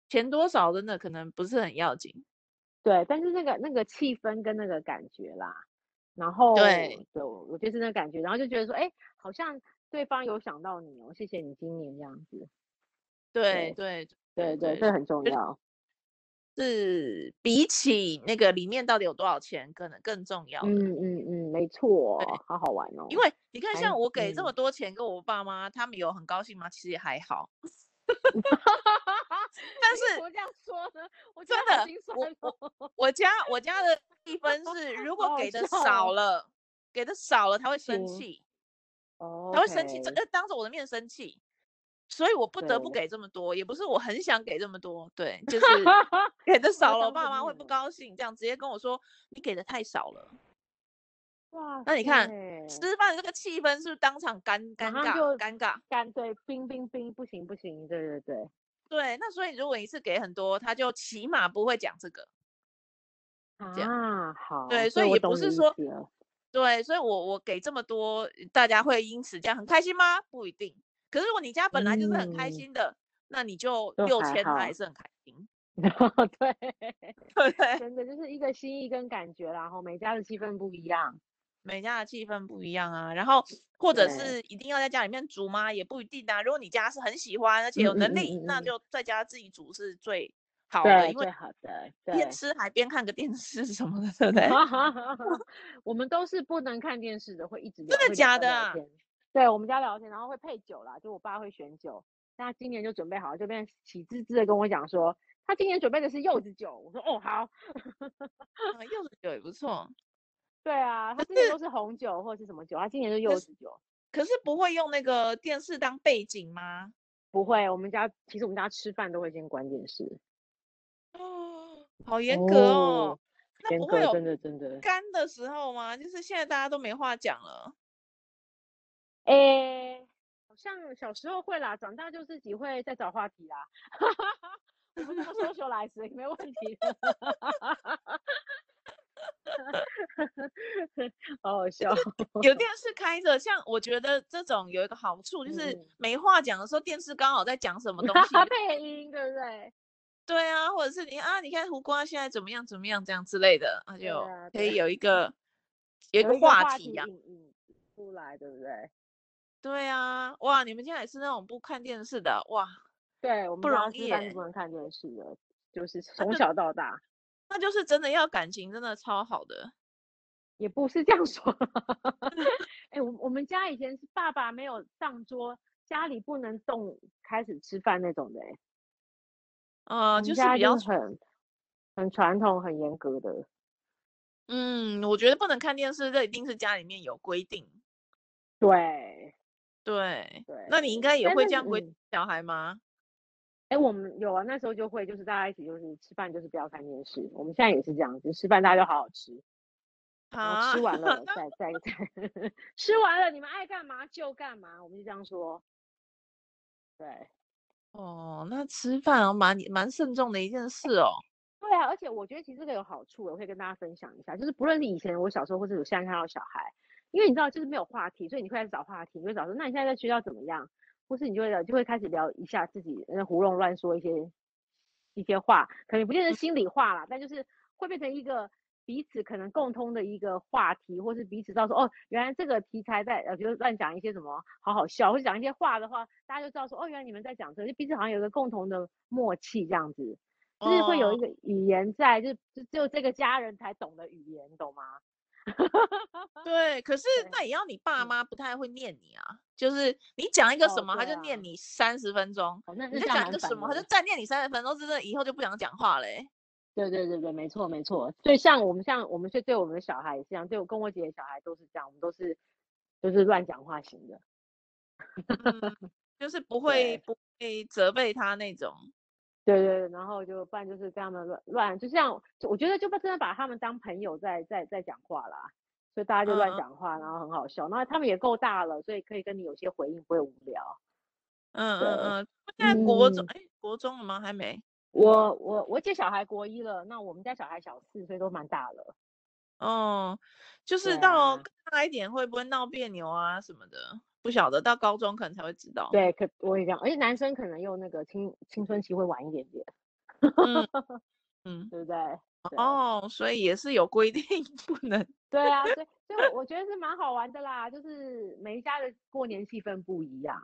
[SPEAKER 2] 钱多少真的可能不是很要紧。
[SPEAKER 1] 对，但是那个那个气氛跟那个感觉啦，然后
[SPEAKER 2] 对
[SPEAKER 1] 对，我就是那个感觉，然后就觉得说，哎，好像对方有想到你哦，谢谢你今年这样子，
[SPEAKER 2] 对对
[SPEAKER 1] 对对，这很重
[SPEAKER 2] 就是
[SPEAKER 1] 要，
[SPEAKER 2] 是比起那个里面到底有多少钱，可能更重要的。
[SPEAKER 1] 嗯嗯嗯，没错，好好玩哦，
[SPEAKER 2] 因为你看，
[SPEAKER 1] 还
[SPEAKER 2] 像我给这
[SPEAKER 1] 嗯
[SPEAKER 2] 么多钱给我爸妈，他们有很高兴吗？其实也还
[SPEAKER 1] <laughs>
[SPEAKER 2] 好。
[SPEAKER 1] 你为
[SPEAKER 2] 但
[SPEAKER 1] 什
[SPEAKER 2] 是
[SPEAKER 1] 么这样说呢，我觉
[SPEAKER 2] 真
[SPEAKER 1] 得好
[SPEAKER 2] 的
[SPEAKER 1] 心
[SPEAKER 2] 我
[SPEAKER 1] 酸
[SPEAKER 2] 我
[SPEAKER 1] 哦
[SPEAKER 2] 我家我家的一分是，如
[SPEAKER 1] 好
[SPEAKER 2] 果
[SPEAKER 1] 好
[SPEAKER 2] 给的
[SPEAKER 1] 笑
[SPEAKER 2] 少
[SPEAKER 1] 哦
[SPEAKER 2] 了，给的少了，他会生
[SPEAKER 1] 行
[SPEAKER 2] 气，
[SPEAKER 1] 哦，
[SPEAKER 2] 他会生气，这
[SPEAKER 1] OK
[SPEAKER 2] 呃当着我的面生气。所以我不得不
[SPEAKER 1] 对
[SPEAKER 2] 给这么多，也不是我很想给这么多，对，就是给的少了，
[SPEAKER 1] 当着
[SPEAKER 2] 我爸妈会
[SPEAKER 1] 面
[SPEAKER 2] 不高兴，这样直接跟我说你给的太少了。
[SPEAKER 1] 哇，
[SPEAKER 2] 那你看，
[SPEAKER 1] 是
[SPEAKER 2] 吃饭的这个气氛是不是当场尴尴
[SPEAKER 1] 马上
[SPEAKER 2] 尬
[SPEAKER 1] 就
[SPEAKER 2] 尴尬？
[SPEAKER 1] 干对，冰冰冰，不行不行，对对对，
[SPEAKER 2] 对，那所以如果一次给很多，他就起码不会讲这个。这样
[SPEAKER 1] 啊，好，
[SPEAKER 2] 对，所以
[SPEAKER 1] 我
[SPEAKER 2] 也
[SPEAKER 1] 懂
[SPEAKER 2] 不
[SPEAKER 1] 你
[SPEAKER 2] 是
[SPEAKER 1] 意
[SPEAKER 2] 说
[SPEAKER 1] 思了 <laughs>
[SPEAKER 2] 对，所以我我给这么多，大家会因此这样很开心吗？不一定。可是如果你家本来就是很开
[SPEAKER 1] 嗯
[SPEAKER 2] 心的，那你就
[SPEAKER 1] 就
[SPEAKER 2] 六
[SPEAKER 1] 还
[SPEAKER 2] 千他
[SPEAKER 1] 好
[SPEAKER 2] 还是很开心， <laughs>
[SPEAKER 1] 对，
[SPEAKER 2] 对不对？
[SPEAKER 1] 真的就是一个心意跟感觉啦，然后每家的气氛不一样。
[SPEAKER 2] 每家的气氛不一样啊，然后或者
[SPEAKER 1] 对
[SPEAKER 2] 是一定要在家里面煮吗？也不一定啊。如果你家是很喜欢，而且有
[SPEAKER 1] 嗯嗯
[SPEAKER 2] 能
[SPEAKER 1] 嗯
[SPEAKER 2] 力，
[SPEAKER 1] 嗯
[SPEAKER 2] 那
[SPEAKER 1] 嗯
[SPEAKER 2] 就在家自己煮是最好的，
[SPEAKER 1] 对，
[SPEAKER 2] 因为
[SPEAKER 1] 最好的，对
[SPEAKER 2] 边。吃还边看个电视什么的，对不对？
[SPEAKER 1] <laughs> 我们都是不能看电视的，会一直聊
[SPEAKER 2] 真的
[SPEAKER 1] 会聊
[SPEAKER 2] 假的
[SPEAKER 1] 聊
[SPEAKER 2] 啊
[SPEAKER 1] 天对，我们家聊天，然后会配酒啦，就我爸会选酒，那今年就准备好了，就变成喜滋滋的跟我讲说，他今年准备的是柚子酒，我说哦好，
[SPEAKER 2] 啊柚子酒也不错，
[SPEAKER 1] 对啊，他之前都是红酒或者是什么酒，他今年就柚
[SPEAKER 2] 是
[SPEAKER 1] 子酒。
[SPEAKER 2] 可是不会用那个电视当背
[SPEAKER 1] <gasps>
[SPEAKER 2] 景吗？
[SPEAKER 1] 不会，我们家其实我们家吃饭都会先关电视，
[SPEAKER 2] 哦，好严格哦。
[SPEAKER 1] 哦
[SPEAKER 2] 那
[SPEAKER 1] 严
[SPEAKER 2] 不会
[SPEAKER 1] 格，真
[SPEAKER 2] 有
[SPEAKER 1] 的真的。
[SPEAKER 2] 干的时候吗？就是现在大家都没话
[SPEAKER 1] <laughs>
[SPEAKER 2] 讲了。
[SPEAKER 1] 诶、好像小时候会啦，长大就自己会再找话题啦。 <laughs> 我们这么 socialize 也没问题 <laughs> 的。好好笑，
[SPEAKER 2] 有电视开着，像我觉得这种有一个好处，就是
[SPEAKER 1] 嗯
[SPEAKER 2] 没话讲的时候，电视刚好在讲什么东
[SPEAKER 1] <laughs>
[SPEAKER 2] 西。
[SPEAKER 1] 配音对不对？
[SPEAKER 2] 对啊，或者是你啊，你看胡瓜现在怎么样怎么样这样之类的，那
[SPEAKER 1] 对
[SPEAKER 2] 就
[SPEAKER 1] 啊
[SPEAKER 2] 可以
[SPEAKER 1] 对
[SPEAKER 2] 有一个有一
[SPEAKER 1] 有
[SPEAKER 2] 个
[SPEAKER 1] 一个
[SPEAKER 2] 话
[SPEAKER 1] 话
[SPEAKER 2] 题呀、
[SPEAKER 1] 引引出来，对不对？
[SPEAKER 2] 对啊，哇，你们现在也是那种不看电视的哇，
[SPEAKER 1] 对，我们
[SPEAKER 2] 不
[SPEAKER 1] 家
[SPEAKER 2] 容
[SPEAKER 1] 吃
[SPEAKER 2] 易
[SPEAKER 1] 饭
[SPEAKER 2] 耶
[SPEAKER 1] 是不能看电视的，就是
[SPEAKER 2] 那
[SPEAKER 1] 从
[SPEAKER 2] 就
[SPEAKER 1] 小到大
[SPEAKER 2] 那就是真的要感情真的超好的。
[SPEAKER 1] 也不是这样说。 <laughs> 哎、我我们家以前是爸爸没有上桌，家里不能动，开始吃饭那种的、欸。
[SPEAKER 2] 呃，
[SPEAKER 1] 我
[SPEAKER 2] 就
[SPEAKER 1] 们
[SPEAKER 2] 是
[SPEAKER 1] 家
[SPEAKER 2] 比较
[SPEAKER 1] 就，很很传统、很严格的。
[SPEAKER 2] 嗯，我觉得不能看电视，这一定是家里面有规定。
[SPEAKER 1] 对
[SPEAKER 2] 对，
[SPEAKER 1] 对，
[SPEAKER 2] 那你应该也
[SPEAKER 1] 但
[SPEAKER 2] 会
[SPEAKER 1] 是
[SPEAKER 2] 这样规
[SPEAKER 1] 嗯
[SPEAKER 2] 小孩吗？
[SPEAKER 1] 哎、我们有啊，那时候就会，就是大家一起，就是吃饭就是不要看电视。我们现在也是这样子，吃饭大家就好好吃，然后
[SPEAKER 2] 啊，
[SPEAKER 1] 哦吃完了再再
[SPEAKER 2] <laughs>
[SPEAKER 1] 再吃完了，你们爱干嘛就干嘛，我们就这样说。对
[SPEAKER 2] 哦，那吃饭啊，蛮蛮慎重的一件事哦。
[SPEAKER 1] 对啊，而且我觉得其实这个有好处，我可以跟大家分享一下，就是不论是以前我小时候，或是我现在看到小孩，因为你知道就是没有话题，所以你会开始找话题，你会找说，那你现在在学校怎么样？或是你就会聊，就会开始聊一下自己，呃胡弄乱说一些一些话，可能不见得心里话啦，但就是会变成一个彼此可能共通的一个话题，或是彼此知道说，哦，原来这个题材在，呃，比如乱讲一些什么，好好笑，或者讲一些话的话，大家就知道说，哦，原来你们在讲这个，就彼此好像有一个共同的默契这样子。就是会有一
[SPEAKER 2] 哦
[SPEAKER 1] 个语言在，就就只有这个家人才懂的语言，你懂吗？
[SPEAKER 2] 对，可是
[SPEAKER 1] 对
[SPEAKER 2] 那也要你爸
[SPEAKER 1] 嗯
[SPEAKER 2] 妈不太会念你啊，就是你讲一个什
[SPEAKER 1] 哦
[SPEAKER 2] 么，他
[SPEAKER 1] 对
[SPEAKER 2] 就念
[SPEAKER 1] 啊
[SPEAKER 2] 你三十分钟，
[SPEAKER 1] 哦，那
[SPEAKER 2] 你
[SPEAKER 1] 那这
[SPEAKER 2] 再
[SPEAKER 1] 样
[SPEAKER 2] 讲一
[SPEAKER 1] 蛮
[SPEAKER 2] 个什
[SPEAKER 1] 烦
[SPEAKER 2] 么，他就
[SPEAKER 1] 的。
[SPEAKER 2] 再念你三十分钟，真的以后就不想讲话嘞、欸
[SPEAKER 1] 对对对对，没错没错。所以像我们像我们是对我们的小孩也是这样，对我跟我姐的小孩都是这样，我们都是就是乱讲话型的。 <laughs>
[SPEAKER 2] 嗯，就是不会
[SPEAKER 1] 对
[SPEAKER 2] 不会责备他那种。
[SPEAKER 1] 对对，然后就不然就是跟他们乱乱，就像就我觉得就不真的把他们当朋友在在在讲话啦，所以大家就乱
[SPEAKER 2] 嗯
[SPEAKER 1] 讲话，然后很好笑。然后他们也够大了，所以可以跟你有些回应，不会无聊。
[SPEAKER 2] 嗯
[SPEAKER 1] 对
[SPEAKER 2] 嗯嗯，现在国中哎、国中了吗？还没
[SPEAKER 1] 我我我姐小孩国一了，那我们家小孩小四，所以都蛮大了。
[SPEAKER 2] 哦，就是
[SPEAKER 1] 对啊
[SPEAKER 2] 到更大一点会不会闹别扭啊什么的，不晓得，到高中可能才会知道。
[SPEAKER 1] 对，可我也这样，而且男生可能又那个青青春期会晚一点点，
[SPEAKER 2] 嗯嗯，
[SPEAKER 1] 对不对？对
[SPEAKER 2] 哦，所以也是有规定不能。
[SPEAKER 1] 对啊，所以所以我
[SPEAKER 2] <laughs>
[SPEAKER 1] 我觉得是蛮好玩的啦，就是每一家的过年气氛不一样。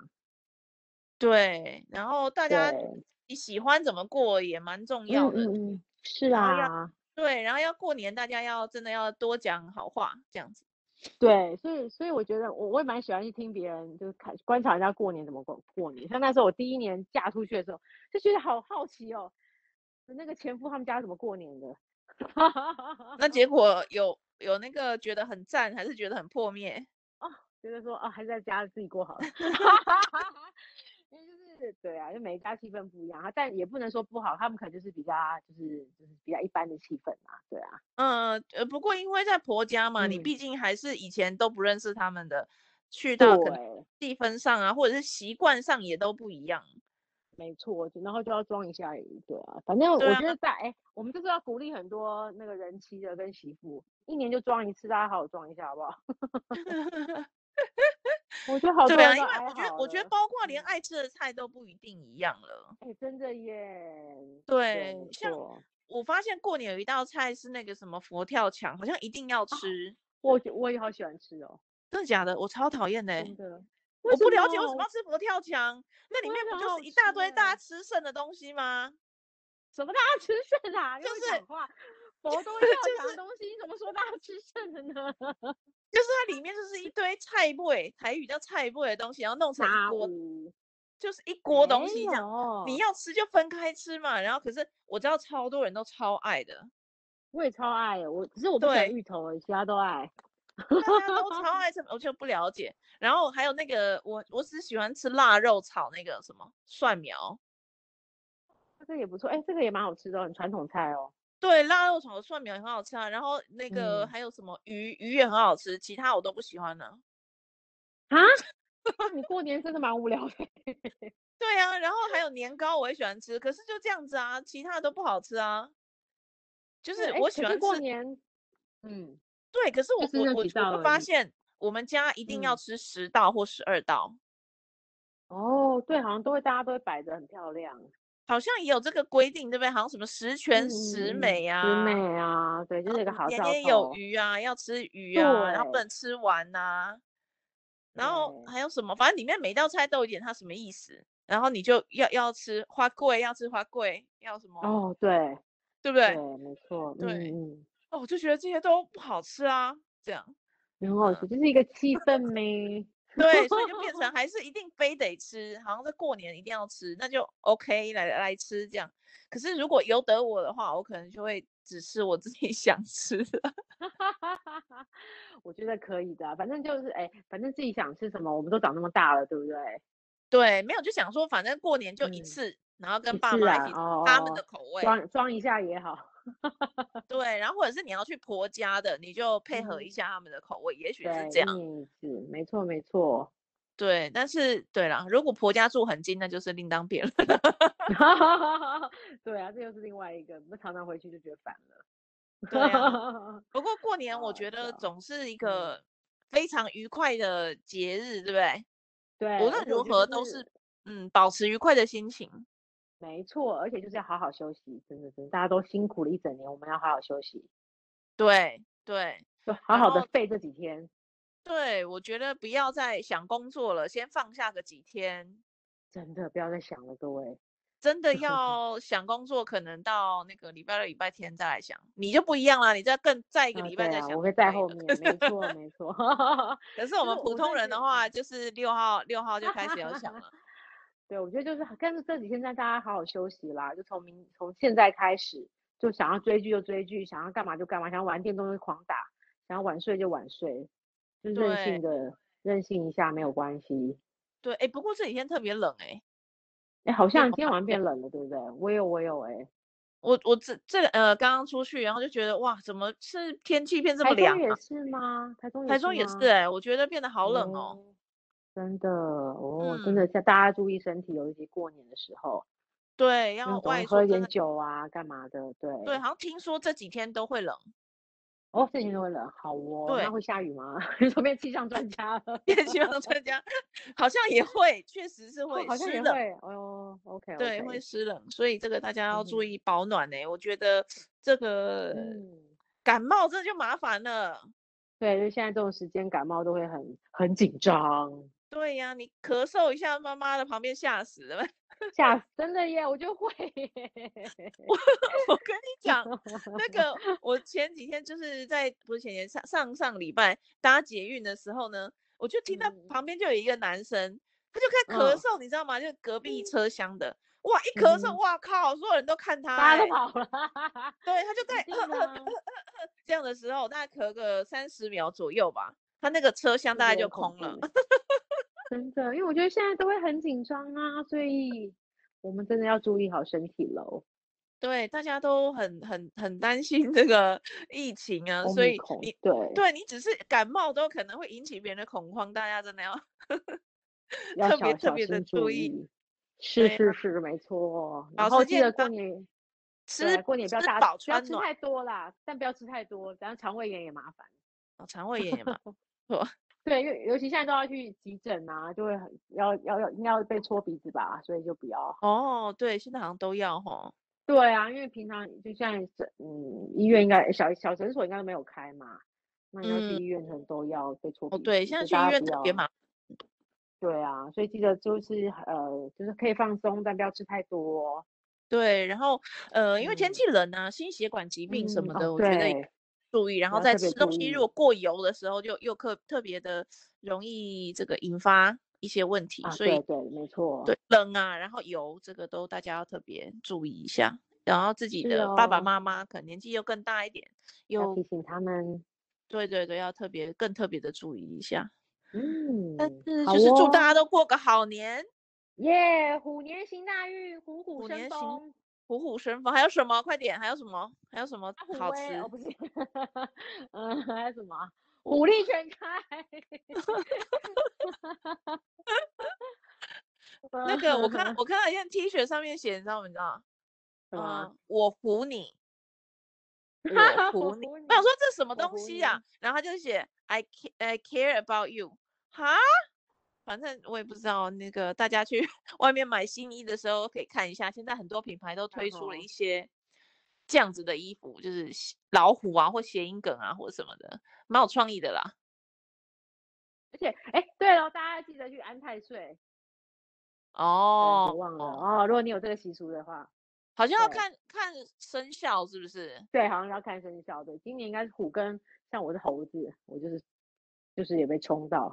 [SPEAKER 2] 对，然后大家
[SPEAKER 1] 对
[SPEAKER 2] 你喜欢怎么过也蛮重要的。
[SPEAKER 1] 嗯嗯嗯，是
[SPEAKER 2] 然后要
[SPEAKER 1] 啊，
[SPEAKER 2] 对，然后要过年，大家要真的要多讲好话，这样子。
[SPEAKER 1] 对，所以所以我觉得我我也蛮喜欢去听别人，就是看观察人家过年怎么过过年。像那时候我第一年嫁出去的时候，就觉得好好奇哦，那个前夫他们家怎么过年的？嗯
[SPEAKER 2] 那结果有有那个觉得很赞，还是觉得很破灭？
[SPEAKER 1] 觉得说啊，还是在家自己过
[SPEAKER 2] <laughs>
[SPEAKER 1] 好了。因为就是对啊，就每一家气氛不一样啊，但也不能说不好，他们可能就是比较就是就是比较一般的气氛啊，对啊，
[SPEAKER 2] 嗯，呃，不过因为在婆家嘛，你
[SPEAKER 1] 嗯
[SPEAKER 2] 毕竟还是以前都不认识他们的，去到啊可能
[SPEAKER 1] 对，
[SPEAKER 2] 地分上啊，或者是习惯上也都不
[SPEAKER 1] <laughs>
[SPEAKER 2] 一样。
[SPEAKER 1] 没错，然后就要装一下而已，对啊，反正我
[SPEAKER 2] 对啊
[SPEAKER 1] 觉得在哎、我们就是要鼓励很多那个人妻的跟媳妇，一年就装一次，大家好好装一下好不 <laughs> 好？我觉得好多
[SPEAKER 2] 对啊，
[SPEAKER 1] 人
[SPEAKER 2] 因
[SPEAKER 1] 哦都哀
[SPEAKER 2] 为我觉得
[SPEAKER 1] 嚎
[SPEAKER 2] 我觉得
[SPEAKER 1] 了
[SPEAKER 2] 包括
[SPEAKER 1] 嗯
[SPEAKER 2] 连爱吃的菜都不一定一样了。
[SPEAKER 1] 哎、真的耶，
[SPEAKER 2] 对，
[SPEAKER 1] 没
[SPEAKER 2] 像
[SPEAKER 1] 错
[SPEAKER 2] 我发现过年有一道菜是那个什么佛跳墙，好像一定
[SPEAKER 1] 啊
[SPEAKER 2] 要吃，
[SPEAKER 1] 我觉我也好喜欢吃哦，
[SPEAKER 2] 真的假的？我超讨厌的欸、
[SPEAKER 1] 真的，
[SPEAKER 2] 我不了解为什么要
[SPEAKER 1] 哦么
[SPEAKER 2] 吃佛跳墙，那里
[SPEAKER 1] 佛
[SPEAKER 2] 面
[SPEAKER 1] 跳
[SPEAKER 2] 不
[SPEAKER 1] 墙
[SPEAKER 2] 就
[SPEAKER 1] 好
[SPEAKER 2] 是一大
[SPEAKER 1] 吃
[SPEAKER 2] 堆大
[SPEAKER 1] 欸
[SPEAKER 2] 家吃剩的东西吗？
[SPEAKER 1] 什么大家吃剩啊？ <laughs> 又
[SPEAKER 2] 就
[SPEAKER 1] 会
[SPEAKER 2] 是
[SPEAKER 1] 讲
[SPEAKER 2] <laughs>
[SPEAKER 1] 话，佛都会
[SPEAKER 2] 就
[SPEAKER 1] 跳墙的
[SPEAKER 2] 是
[SPEAKER 1] 东西，你怎么说大家吃剩的呢？
[SPEAKER 2] <laughs> 就是它里面就是一堆菜味，台语叫菜味的东西，然后弄成一
[SPEAKER 1] 炸
[SPEAKER 2] 锅，
[SPEAKER 1] 物
[SPEAKER 2] 就是一锅东
[SPEAKER 1] 哦没
[SPEAKER 2] 西这样。你
[SPEAKER 1] 有
[SPEAKER 2] 要吃就分开吃嘛。然后可是我知道超多人都超
[SPEAKER 1] <laughs>
[SPEAKER 2] 爱的，
[SPEAKER 1] 我也超爱耶，我只是我不喜欢
[SPEAKER 2] 对
[SPEAKER 1] 芋头欸而已，其他都爱。
[SPEAKER 2] 大家都超爱吃，我就不了解。然后还有那个我我只喜欢吃腊肉炒那个什么蒜苗，
[SPEAKER 1] 这个也不错，哎、这个也蛮好吃的哦，很传统菜哦。 <laughs>
[SPEAKER 2] 对，腊肉炒的蒜苗也很好吃啊。然后那个
[SPEAKER 1] 嗯
[SPEAKER 2] 还有什么鱼鱼也很好吃，其他我都不喜欢了。
[SPEAKER 1] 啊，那你过年真的蛮无聊的。
[SPEAKER 2] 对啊，然后还有年糕我也喜欢吃，可是就这样子啊，其他的都不好吃啊。 <laughs> 就
[SPEAKER 1] 对
[SPEAKER 2] 是
[SPEAKER 1] 哎
[SPEAKER 2] 我
[SPEAKER 1] 可
[SPEAKER 2] 喜
[SPEAKER 1] 是
[SPEAKER 2] 欢吃
[SPEAKER 1] 过年，嗯，
[SPEAKER 2] 对，可是我
[SPEAKER 1] 吃
[SPEAKER 2] 我
[SPEAKER 1] 那
[SPEAKER 2] 我
[SPEAKER 1] 几
[SPEAKER 2] 我
[SPEAKER 1] 道
[SPEAKER 2] 会
[SPEAKER 1] 而
[SPEAKER 2] 发
[SPEAKER 1] 已
[SPEAKER 2] 现，我们家一定要
[SPEAKER 1] 嗯
[SPEAKER 2] 吃十道或十二道，
[SPEAKER 1] 哦，对，好像都会大家都会摆的很漂亮，
[SPEAKER 2] 好像也有这个规定，对不对？好像什么十全十美啊，
[SPEAKER 1] 嗯十美啊，对，就
[SPEAKER 2] 然
[SPEAKER 1] 是一个
[SPEAKER 2] 后
[SPEAKER 1] 好兆
[SPEAKER 2] 年
[SPEAKER 1] 头。
[SPEAKER 2] 年有余啊，要吃鱼啊，然后不
[SPEAKER 1] 对
[SPEAKER 2] 能吃完呐、然后
[SPEAKER 1] 对
[SPEAKER 2] 还有什么？反正里面每道菜都有一点它什么意思，然后你就要要吃花桂，要吃花桂，要什么，
[SPEAKER 1] 哦，对
[SPEAKER 2] 对不对？
[SPEAKER 1] 对，没错，
[SPEAKER 2] 对
[SPEAKER 1] 嗯嗯。
[SPEAKER 2] 哦，我就觉得这些都不好吃啊，这样。
[SPEAKER 1] 嗯很好
[SPEAKER 2] 嗯
[SPEAKER 1] 吃，就是一个气氛呗。
[SPEAKER 2] 对，所以就变成还是一定非得吃，好像在过年一定要吃，那就 OK 来来吃这样。可是如果由得我的话，我可能就会只吃我自己 <laughs> 想吃的。
[SPEAKER 1] 我觉得可以的啊、反正就是哎，反正自己想吃什么，我们都长那么大了，对不对？
[SPEAKER 2] 对，没有就想说，反正过年就一
[SPEAKER 1] 嗯
[SPEAKER 2] 次，然后跟
[SPEAKER 1] 一
[SPEAKER 2] 爸
[SPEAKER 1] 次
[SPEAKER 2] 妈
[SPEAKER 1] 啊
[SPEAKER 2] 一起吃
[SPEAKER 1] 哦
[SPEAKER 2] 他们
[SPEAKER 1] 哦
[SPEAKER 2] 的口味，
[SPEAKER 1] 装装一下也好，
[SPEAKER 2] 对，然后或者是你要去婆家的，你就配合一
[SPEAKER 1] 嗯
[SPEAKER 2] 下他们的口味，也许是
[SPEAKER 1] 对，
[SPEAKER 2] 这
[SPEAKER 1] 一
[SPEAKER 2] 样。
[SPEAKER 1] 年一次，没错没错。 <laughs>
[SPEAKER 2] 对，但是对啦，如果婆家住很近，那就是另当
[SPEAKER 1] <laughs>
[SPEAKER 2] 别论。
[SPEAKER 1] 对啊，这又是另外一个，我们常常回去就觉得烦了。
[SPEAKER 2] 对啊。不过过年
[SPEAKER 1] 好
[SPEAKER 2] 我
[SPEAKER 1] 好
[SPEAKER 2] 觉得
[SPEAKER 1] 笑
[SPEAKER 2] 总是一
[SPEAKER 1] 哦嗯
[SPEAKER 2] 个非常愉快的节日，对不对？
[SPEAKER 1] <laughs> 对，啊
[SPEAKER 2] 无
[SPEAKER 1] 哎而
[SPEAKER 2] 论
[SPEAKER 1] 且我
[SPEAKER 2] 如
[SPEAKER 1] 觉得
[SPEAKER 2] 何
[SPEAKER 1] 就
[SPEAKER 2] 都
[SPEAKER 1] 是
[SPEAKER 2] 是嗯，保持愉快的心情。
[SPEAKER 1] 没错，而且就是要好好休息，真的真的，大家都辛苦了一整年，我们要好好休息，
[SPEAKER 2] 对对
[SPEAKER 1] 就好
[SPEAKER 2] 然
[SPEAKER 1] 好的
[SPEAKER 2] 后
[SPEAKER 1] 废这几天。
[SPEAKER 2] 对，我觉得不要再想工作了，先放下个几天。
[SPEAKER 1] 真的不要再想了，各位。<laughs>
[SPEAKER 2] 真的要想工作，可能到那个礼拜六、礼拜天再来想，你就不一样啦，你再更再一个
[SPEAKER 1] 啊，
[SPEAKER 2] 礼拜
[SPEAKER 1] 对
[SPEAKER 2] 再
[SPEAKER 1] 啊，
[SPEAKER 2] 想
[SPEAKER 1] 我
[SPEAKER 2] 就
[SPEAKER 1] 会
[SPEAKER 2] 可
[SPEAKER 1] 在
[SPEAKER 2] 以
[SPEAKER 1] 后
[SPEAKER 2] 了。
[SPEAKER 1] 面，没错没错。
[SPEAKER 2] 可是我
[SPEAKER 1] <laughs> 就是
[SPEAKER 2] 们普
[SPEAKER 1] 我
[SPEAKER 2] 通
[SPEAKER 1] 真的
[SPEAKER 2] 人
[SPEAKER 1] 觉
[SPEAKER 2] 的
[SPEAKER 1] 得
[SPEAKER 2] 话，
[SPEAKER 1] 嗯
[SPEAKER 2] 就是六号六号就开始有想
[SPEAKER 1] <laughs>
[SPEAKER 2] 了。
[SPEAKER 1] 对，我觉得就是但是这几天让大家好好休息啦，就从明从现在开始，就想要追剧就追剧，想要干嘛就干嘛，想要玩电动就狂打，想要晚睡就晚睡，就任性的任性一下没有关系。
[SPEAKER 2] 对，哎，不过这几天特别冷哎、
[SPEAKER 1] 哎，好像今天
[SPEAKER 2] 好
[SPEAKER 1] 晚上变冷了，对不对？我有，我有、哎，
[SPEAKER 2] 我我这这呃刚刚出去，然后就觉得哇，怎么是天气变这么
[SPEAKER 1] 台
[SPEAKER 2] 凉
[SPEAKER 1] 中也
[SPEAKER 2] 啊？
[SPEAKER 1] 是吗？台中
[SPEAKER 2] 台中也
[SPEAKER 1] 吗
[SPEAKER 2] 是哎、我觉得变得好冷哦。
[SPEAKER 1] 嗯真的哦，
[SPEAKER 2] 嗯
[SPEAKER 1] 真的，像大家注意身体，尤其过年的时候，
[SPEAKER 2] 对，
[SPEAKER 1] 那
[SPEAKER 2] 要
[SPEAKER 1] 种
[SPEAKER 2] 外
[SPEAKER 1] 喝
[SPEAKER 2] 出真
[SPEAKER 1] 点
[SPEAKER 2] 的
[SPEAKER 1] 酒啊，干嘛的？对，
[SPEAKER 2] 对，好像听说这几天都会冷，
[SPEAKER 1] 哦，最近都会冷，好哦。
[SPEAKER 2] 对
[SPEAKER 1] 那会下雨吗？ <laughs> 你说变气象专家
[SPEAKER 2] <laughs>
[SPEAKER 1] 了，
[SPEAKER 2] <laughs> 也希望专家 <laughs> 好像也会，确实是
[SPEAKER 1] 哦
[SPEAKER 2] 会
[SPEAKER 1] 好像
[SPEAKER 2] 湿
[SPEAKER 1] 也
[SPEAKER 2] 冷，
[SPEAKER 1] 会，哦，OK，
[SPEAKER 2] 对，会湿冷，所以这个大家要注
[SPEAKER 1] 嗯
[SPEAKER 2] 意保暖呢、我觉得这个
[SPEAKER 1] 嗯，
[SPEAKER 2] 感冒这就麻烦了。
[SPEAKER 1] 对，就现在这种时间，感冒都会很很紧张，
[SPEAKER 2] 对呀、你咳嗽一下，妈妈的旁边吓死了。 <laughs>
[SPEAKER 1] 吓死，真的耶，我就会耶，
[SPEAKER 2] 我跟你讲，那个我前几天就是在不是前天上上上礼拜搭捷运的时候呢，我就听到
[SPEAKER 1] 嗯
[SPEAKER 2] 旁边就有一个男生，他就开始咳
[SPEAKER 1] 嗯
[SPEAKER 2] 嗽，你知道吗？就隔壁车厢的，哇，一咳
[SPEAKER 1] 嗯
[SPEAKER 2] 嗽，
[SPEAKER 1] 哼
[SPEAKER 2] 哇靠，所有人都看他、
[SPEAKER 1] 大家
[SPEAKER 2] 欸
[SPEAKER 1] 都，跑了，
[SPEAKER 2] 对，呃他就在
[SPEAKER 1] 一定啊
[SPEAKER 2] 这样的时候，大概咳个三十秒左右吧，他那个车厢
[SPEAKER 1] 这
[SPEAKER 2] 大
[SPEAKER 1] 个
[SPEAKER 2] 概
[SPEAKER 1] 也
[SPEAKER 2] 就
[SPEAKER 1] 很恐
[SPEAKER 2] 空了。
[SPEAKER 1] 怖
[SPEAKER 2] <laughs>
[SPEAKER 1] 真的，因为我觉得现在都会很紧张啊，所以我们真的要注意好身体喽。
[SPEAKER 2] 对，大家都很很很担心这个疫情啊，所以
[SPEAKER 1] Omicron，
[SPEAKER 2] 你
[SPEAKER 1] 对，
[SPEAKER 2] 对你只是感冒都可能会引起别人的恐慌，大家真的要 <laughs>
[SPEAKER 1] 要
[SPEAKER 2] 特
[SPEAKER 1] 小
[SPEAKER 2] 别特
[SPEAKER 1] 小
[SPEAKER 2] 别地
[SPEAKER 1] 心
[SPEAKER 2] 注意
[SPEAKER 1] 意。是
[SPEAKER 2] 对
[SPEAKER 1] 是是，没错。
[SPEAKER 2] 保
[SPEAKER 1] 然
[SPEAKER 2] 持
[SPEAKER 1] 后记
[SPEAKER 2] 健
[SPEAKER 1] 得过
[SPEAKER 2] 康
[SPEAKER 1] 年，
[SPEAKER 2] 吃
[SPEAKER 1] 对，啊过年不要
[SPEAKER 2] 吃
[SPEAKER 1] 大
[SPEAKER 2] 饱
[SPEAKER 1] 不要
[SPEAKER 2] 穿
[SPEAKER 1] 吃
[SPEAKER 2] 暖，
[SPEAKER 1] 太多啦，但不要吃太多，然后肠胃炎也麻烦。
[SPEAKER 2] 哦肠胃炎也
[SPEAKER 1] <laughs>
[SPEAKER 2] 嘛，错
[SPEAKER 1] 对，尤尤其现在都要去急诊啊，就会很要要要应该要被戳鼻子吧，所以就不要。
[SPEAKER 2] 哦，对，现在好像都要吼，
[SPEAKER 1] 对啊，因为平常就现在诊嗯医院应该小小诊所应该都没有开嘛，那你要去
[SPEAKER 2] 嗯
[SPEAKER 1] 医院可能都要被戳
[SPEAKER 2] 哦
[SPEAKER 1] 鼻子，
[SPEAKER 2] 对，现在
[SPEAKER 1] 所以嗯
[SPEAKER 2] 去
[SPEAKER 1] 大家
[SPEAKER 2] 医院
[SPEAKER 1] 不
[SPEAKER 2] 特别
[SPEAKER 1] 要
[SPEAKER 2] 忙，
[SPEAKER 1] 对啊，所以记得就是呃，就是可以放松，但不要吃太多。
[SPEAKER 2] 对，然后呃，因为天
[SPEAKER 1] 嗯
[SPEAKER 2] 气冷啊，心血管疾病什
[SPEAKER 1] 嗯
[SPEAKER 2] 么
[SPEAKER 1] 哦
[SPEAKER 2] 的，我觉得也
[SPEAKER 1] 对，
[SPEAKER 2] 注意，然后
[SPEAKER 1] 要
[SPEAKER 2] 在
[SPEAKER 1] 特别
[SPEAKER 2] 吃东
[SPEAKER 1] 注
[SPEAKER 2] 西如
[SPEAKER 1] 意
[SPEAKER 2] 果过油的时候，就又特特别的容易这个引发一些问题，
[SPEAKER 1] 啊，
[SPEAKER 2] 所以
[SPEAKER 1] 对对，没错，
[SPEAKER 2] 对冷啊，然后油这个都大家要特别注意一下，然后自己
[SPEAKER 1] 是
[SPEAKER 2] 的爸爸
[SPEAKER 1] 哦
[SPEAKER 2] 妈妈可能年纪又更大一点，
[SPEAKER 1] 要提
[SPEAKER 2] 又
[SPEAKER 1] 醒他们。
[SPEAKER 2] 对对对，要特别更特别的注意一下。但
[SPEAKER 1] 嗯，
[SPEAKER 2] 是
[SPEAKER 1] 好
[SPEAKER 2] 就是祝大
[SPEAKER 1] 哦，
[SPEAKER 2] 家都过个好年，
[SPEAKER 1] 耶！虎年行大运，虎虎
[SPEAKER 2] 虎
[SPEAKER 1] 生
[SPEAKER 2] 年行
[SPEAKER 1] 风，
[SPEAKER 2] 虎虎生风。还有什么？快点，还有什么？还有什么
[SPEAKER 1] 啊虎
[SPEAKER 2] 好
[SPEAKER 1] 威
[SPEAKER 2] 吃？
[SPEAKER 1] 哦，不是，嗯，还有什么啊？虎力全开。
[SPEAKER 2] <laughs> 那个我看我看到一件 T 恤上面写，你知道吗？你知道吗？
[SPEAKER 1] <laughs> 嗯什么？
[SPEAKER 2] 嗯，我
[SPEAKER 1] <laughs>
[SPEAKER 2] 服你，我服
[SPEAKER 1] 我
[SPEAKER 2] 你。
[SPEAKER 1] 服
[SPEAKER 2] 我
[SPEAKER 1] 你
[SPEAKER 2] 想说这什么
[SPEAKER 1] 我
[SPEAKER 2] 东
[SPEAKER 1] 服
[SPEAKER 2] 西呀、
[SPEAKER 1] 你
[SPEAKER 2] 然后他就写 I care I care about you，哈，反正我也不知道。那个大家去 <laughs> 外面买新衣的时候可以看一下，现在很多品
[SPEAKER 1] 嗯
[SPEAKER 2] 牌都推出
[SPEAKER 1] 后
[SPEAKER 2] 了一些这样子的衣服，就是谐老虎啊，或谐音梗啊，或什么的，蛮有创意的啦。
[SPEAKER 1] 而且，哎，对了，大家记得去安太岁，对，
[SPEAKER 2] 哦
[SPEAKER 1] 别忘了
[SPEAKER 2] 哦，
[SPEAKER 1] 哦。如果你有这个习俗的话，
[SPEAKER 2] 好像要
[SPEAKER 1] 对
[SPEAKER 2] 看看生肖是不是？
[SPEAKER 1] 对，好像要看生肖。对，今年应该是虎跟，像我是猴子，我就是就是也被冲到，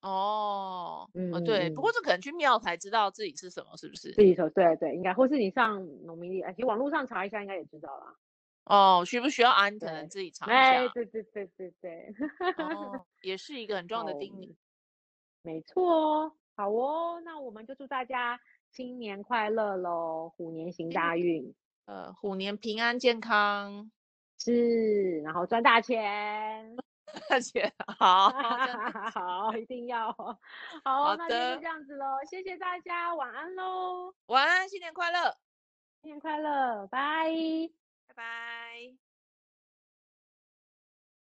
[SPEAKER 2] 哦，
[SPEAKER 1] 嗯
[SPEAKER 2] 哦
[SPEAKER 1] 嗯
[SPEAKER 2] 对，不过
[SPEAKER 1] 嗯，
[SPEAKER 2] 这可能去庙才知道自己是什么，是不是？
[SPEAKER 1] 自己手对对，应该，或是你上农民历，哎，其实网络上查一下应该也知道啦。
[SPEAKER 2] 哦，需不需要啊？你可能
[SPEAKER 1] 对，
[SPEAKER 2] 自己查一
[SPEAKER 1] 哎，
[SPEAKER 2] 下。
[SPEAKER 1] 对对对对对， <laughs>
[SPEAKER 2] 哦，也是一个很重要的
[SPEAKER 1] 好，
[SPEAKER 2] 叮咛。
[SPEAKER 1] 没错哦，好哦，那我们就祝大家新年快乐喽，虎年行
[SPEAKER 2] 新
[SPEAKER 1] 大运，
[SPEAKER 2] 呃，虎年平安健康，
[SPEAKER 1] 是，然后赚大钱。
[SPEAKER 2] 而
[SPEAKER 1] <laughs>
[SPEAKER 2] 且 <laughs> 好，真的
[SPEAKER 1] 好，一定要哦。 <laughs> 好
[SPEAKER 2] 好
[SPEAKER 1] 哦，那今天就
[SPEAKER 2] 的
[SPEAKER 1] 这样子喽，谢谢大家，晚安喽，
[SPEAKER 2] 晚安，新年快乐，
[SPEAKER 1] 新年快乐，拜。
[SPEAKER 2] 拜拜。